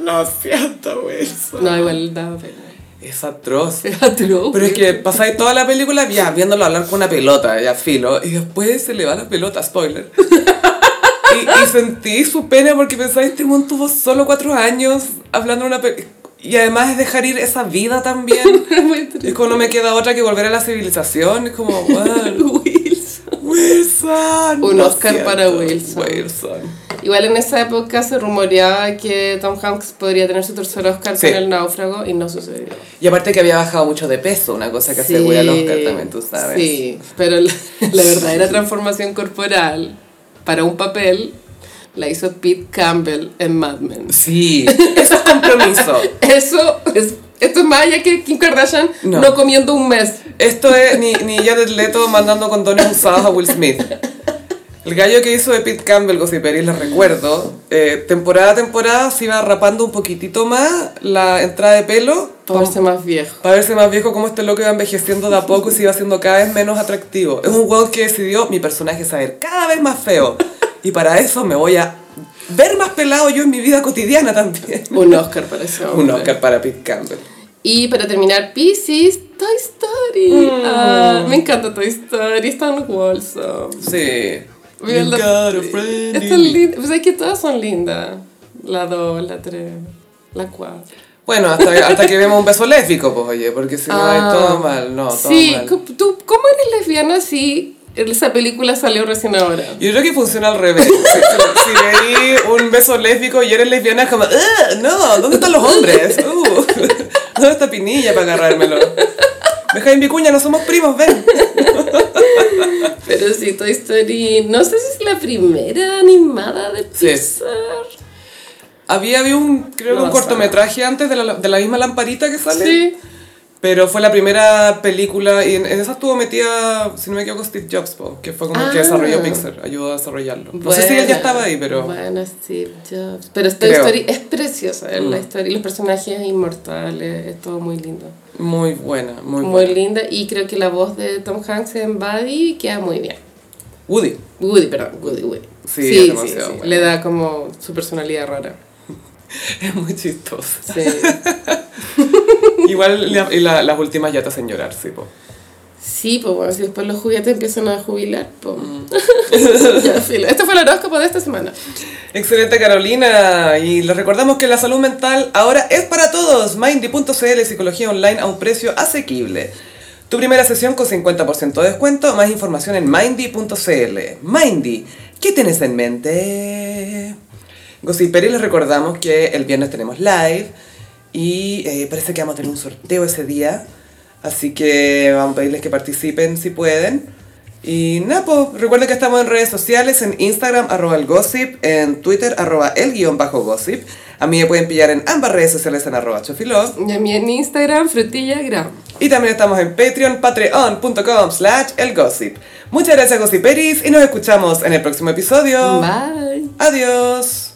Speaker 3: lo siento, Wilson.
Speaker 2: No, igual da pena.
Speaker 3: Es atroz.
Speaker 2: Es atroz,
Speaker 3: Pero es
Speaker 2: güey.
Speaker 3: que pasáis toda la película ya viéndolo hablar con una pelota, ya filo, y después se le va la pelota, spoiler. Y, y sentí su pena porque pensáis, este mundo tuvo solo cuatro años hablando una pelota. Y además es dejar ir esa vida también.
Speaker 2: Muy
Speaker 3: Es
Speaker 2: triste.
Speaker 3: como no me queda otra que volver a la civilización. Es como, wow,
Speaker 2: Wilson.
Speaker 3: Wilson.
Speaker 2: Un
Speaker 3: lo
Speaker 2: Oscar
Speaker 3: siento,
Speaker 2: para Wilson.
Speaker 3: Wilson.
Speaker 2: Igual en esa época se rumoreaba que Tom Hanks podría tener su tercer Oscar
Speaker 3: Sí.
Speaker 2: con El Náufrago y no sucedió.
Speaker 3: Y aparte que había bajado mucho de peso, una cosa que asegura el Oscar también, tú sabes.
Speaker 2: Sí, pero la, la verdadera transformación corporal para un papel la hizo Pete Campbell en Mad Men.
Speaker 3: Sí, eso es compromiso.
Speaker 2: Eso es, esto es más allá que Kim Kardashian
Speaker 3: No.
Speaker 2: no, comiendo un mes.
Speaker 3: Esto es ni, ni Jared Leto mandando condones usados a Will Smith. El gallo que hizo de Pete Campbell, Gossiperis, les recuerdo, eh, temporada a temporada se iba rapando un poquitito más la entrada de pelo
Speaker 2: Para
Speaker 3: para
Speaker 2: verse más viejo.
Speaker 3: verse más viejo como este loco iba envejeciendo de a poco y se iba haciendo cada vez menos atractivo. Es un weón que decidió mi personaje es a ver cada vez más feo y para eso me voy a ver más pelado yo en mi vida cotidiana también.
Speaker 2: Un Oscar para ese hombre.
Speaker 3: Un Oscar para Pete Campbell.
Speaker 2: Y para terminar, Pisces, Toy Story.
Speaker 3: Mm.
Speaker 2: Ah, me encanta Toy Story, es tan wholesome.
Speaker 3: Sí.
Speaker 2: Mira
Speaker 3: You
Speaker 2: la-
Speaker 3: got a friend
Speaker 2: es
Speaker 3: in
Speaker 2: tan
Speaker 3: me.
Speaker 2: linda. Pues es que todas son lindas. La 2, la 3, la 4.
Speaker 3: Bueno, hasta, hasta que vemos un beso lésbico, pues oye, porque si no es todo mal, no, todo
Speaker 2: Ah. Sí,
Speaker 3: mal.
Speaker 2: co- ¿tú cómo eres lesbiana si esa película salió recién ahora?
Speaker 3: Yo creo que funciona al revés. Si, si- si leí un beso lésbico y eres lesbiana, es como, "Ugh, no, ¿dónde están los hombres? Uh, ¿Dónde está Pinilla para agarrármelo? Deja en mi cuña, no somos primos, ven.
Speaker 2: Pero sí, Toy Story, no sé si es la primera animada de
Speaker 3: Sí.
Speaker 2: Pixar.
Speaker 3: Había, había un, creo que
Speaker 2: No
Speaker 3: un
Speaker 2: sé.
Speaker 3: cortometraje antes de la, de la misma lamparita que sale.
Speaker 2: Sí.
Speaker 3: Pero fue la primera película y en, en esa estuvo metida, si no me equivoco, Steve Jobs, po, que fue como el que
Speaker 2: Ah.
Speaker 3: desarrolló Pixar, ayudó a desarrollarlo. No sé si
Speaker 2: Buena.
Speaker 3: él ya estaba ahí, pero...
Speaker 2: Bueno, Steve Jobs. Pero Toy
Speaker 3: Creo. Mm.
Speaker 2: Story es preciosa, es la historia, y los personajes inmortales, es todo muy lindo.
Speaker 3: Muy buena, muy,
Speaker 2: Muy,
Speaker 3: buena.
Speaker 2: linda, y creo que la voz de Tom Hanks en Buddy queda muy bien.
Speaker 3: Woody.
Speaker 2: Woody, perdón, Woody, Woody.
Speaker 3: Sí, es demasiado bueno.
Speaker 2: Le da como su personalidad rara.
Speaker 3: Es muy chistoso.
Speaker 2: Sí,
Speaker 3: Igual la- y la- las últimas ya te hacen llorar, sí, po.
Speaker 2: sí pues bueno, si después los juguetes empiezan a jubilar, pues.
Speaker 3: Mm.
Speaker 2: ya, filo. Este fue el horóscopo de esta semana.
Speaker 3: Excelente Carolina, y les recordamos que la salud mental ahora es para todos. Mindy.cl, psicología online a un precio asequible. Tu primera sesión con 50% de descuento, más información en mindy.cl. Mindy, ¿qué tienes en mente? Gossiperi, les recordamos que el viernes tenemos live y eh, parece que vamos a tener un sorteo ese día. Así que vamos a pedirles que participen si pueden. Y nada, pues recuerden que estamos en redes sociales, en Instagram, arroba el gossip, en Twitter, arroba el guión bajo gossip. A mí me pueden pillar en ambas redes sociales en arroba chofilove.
Speaker 2: Y a mí en Instagram, frutillagram.
Speaker 3: Y también estamos en Patreon, patreon.com slash el gossip. Muchas gracias Gossiperis y nos escuchamos en el próximo episodio.
Speaker 2: Bye.
Speaker 3: Adiós.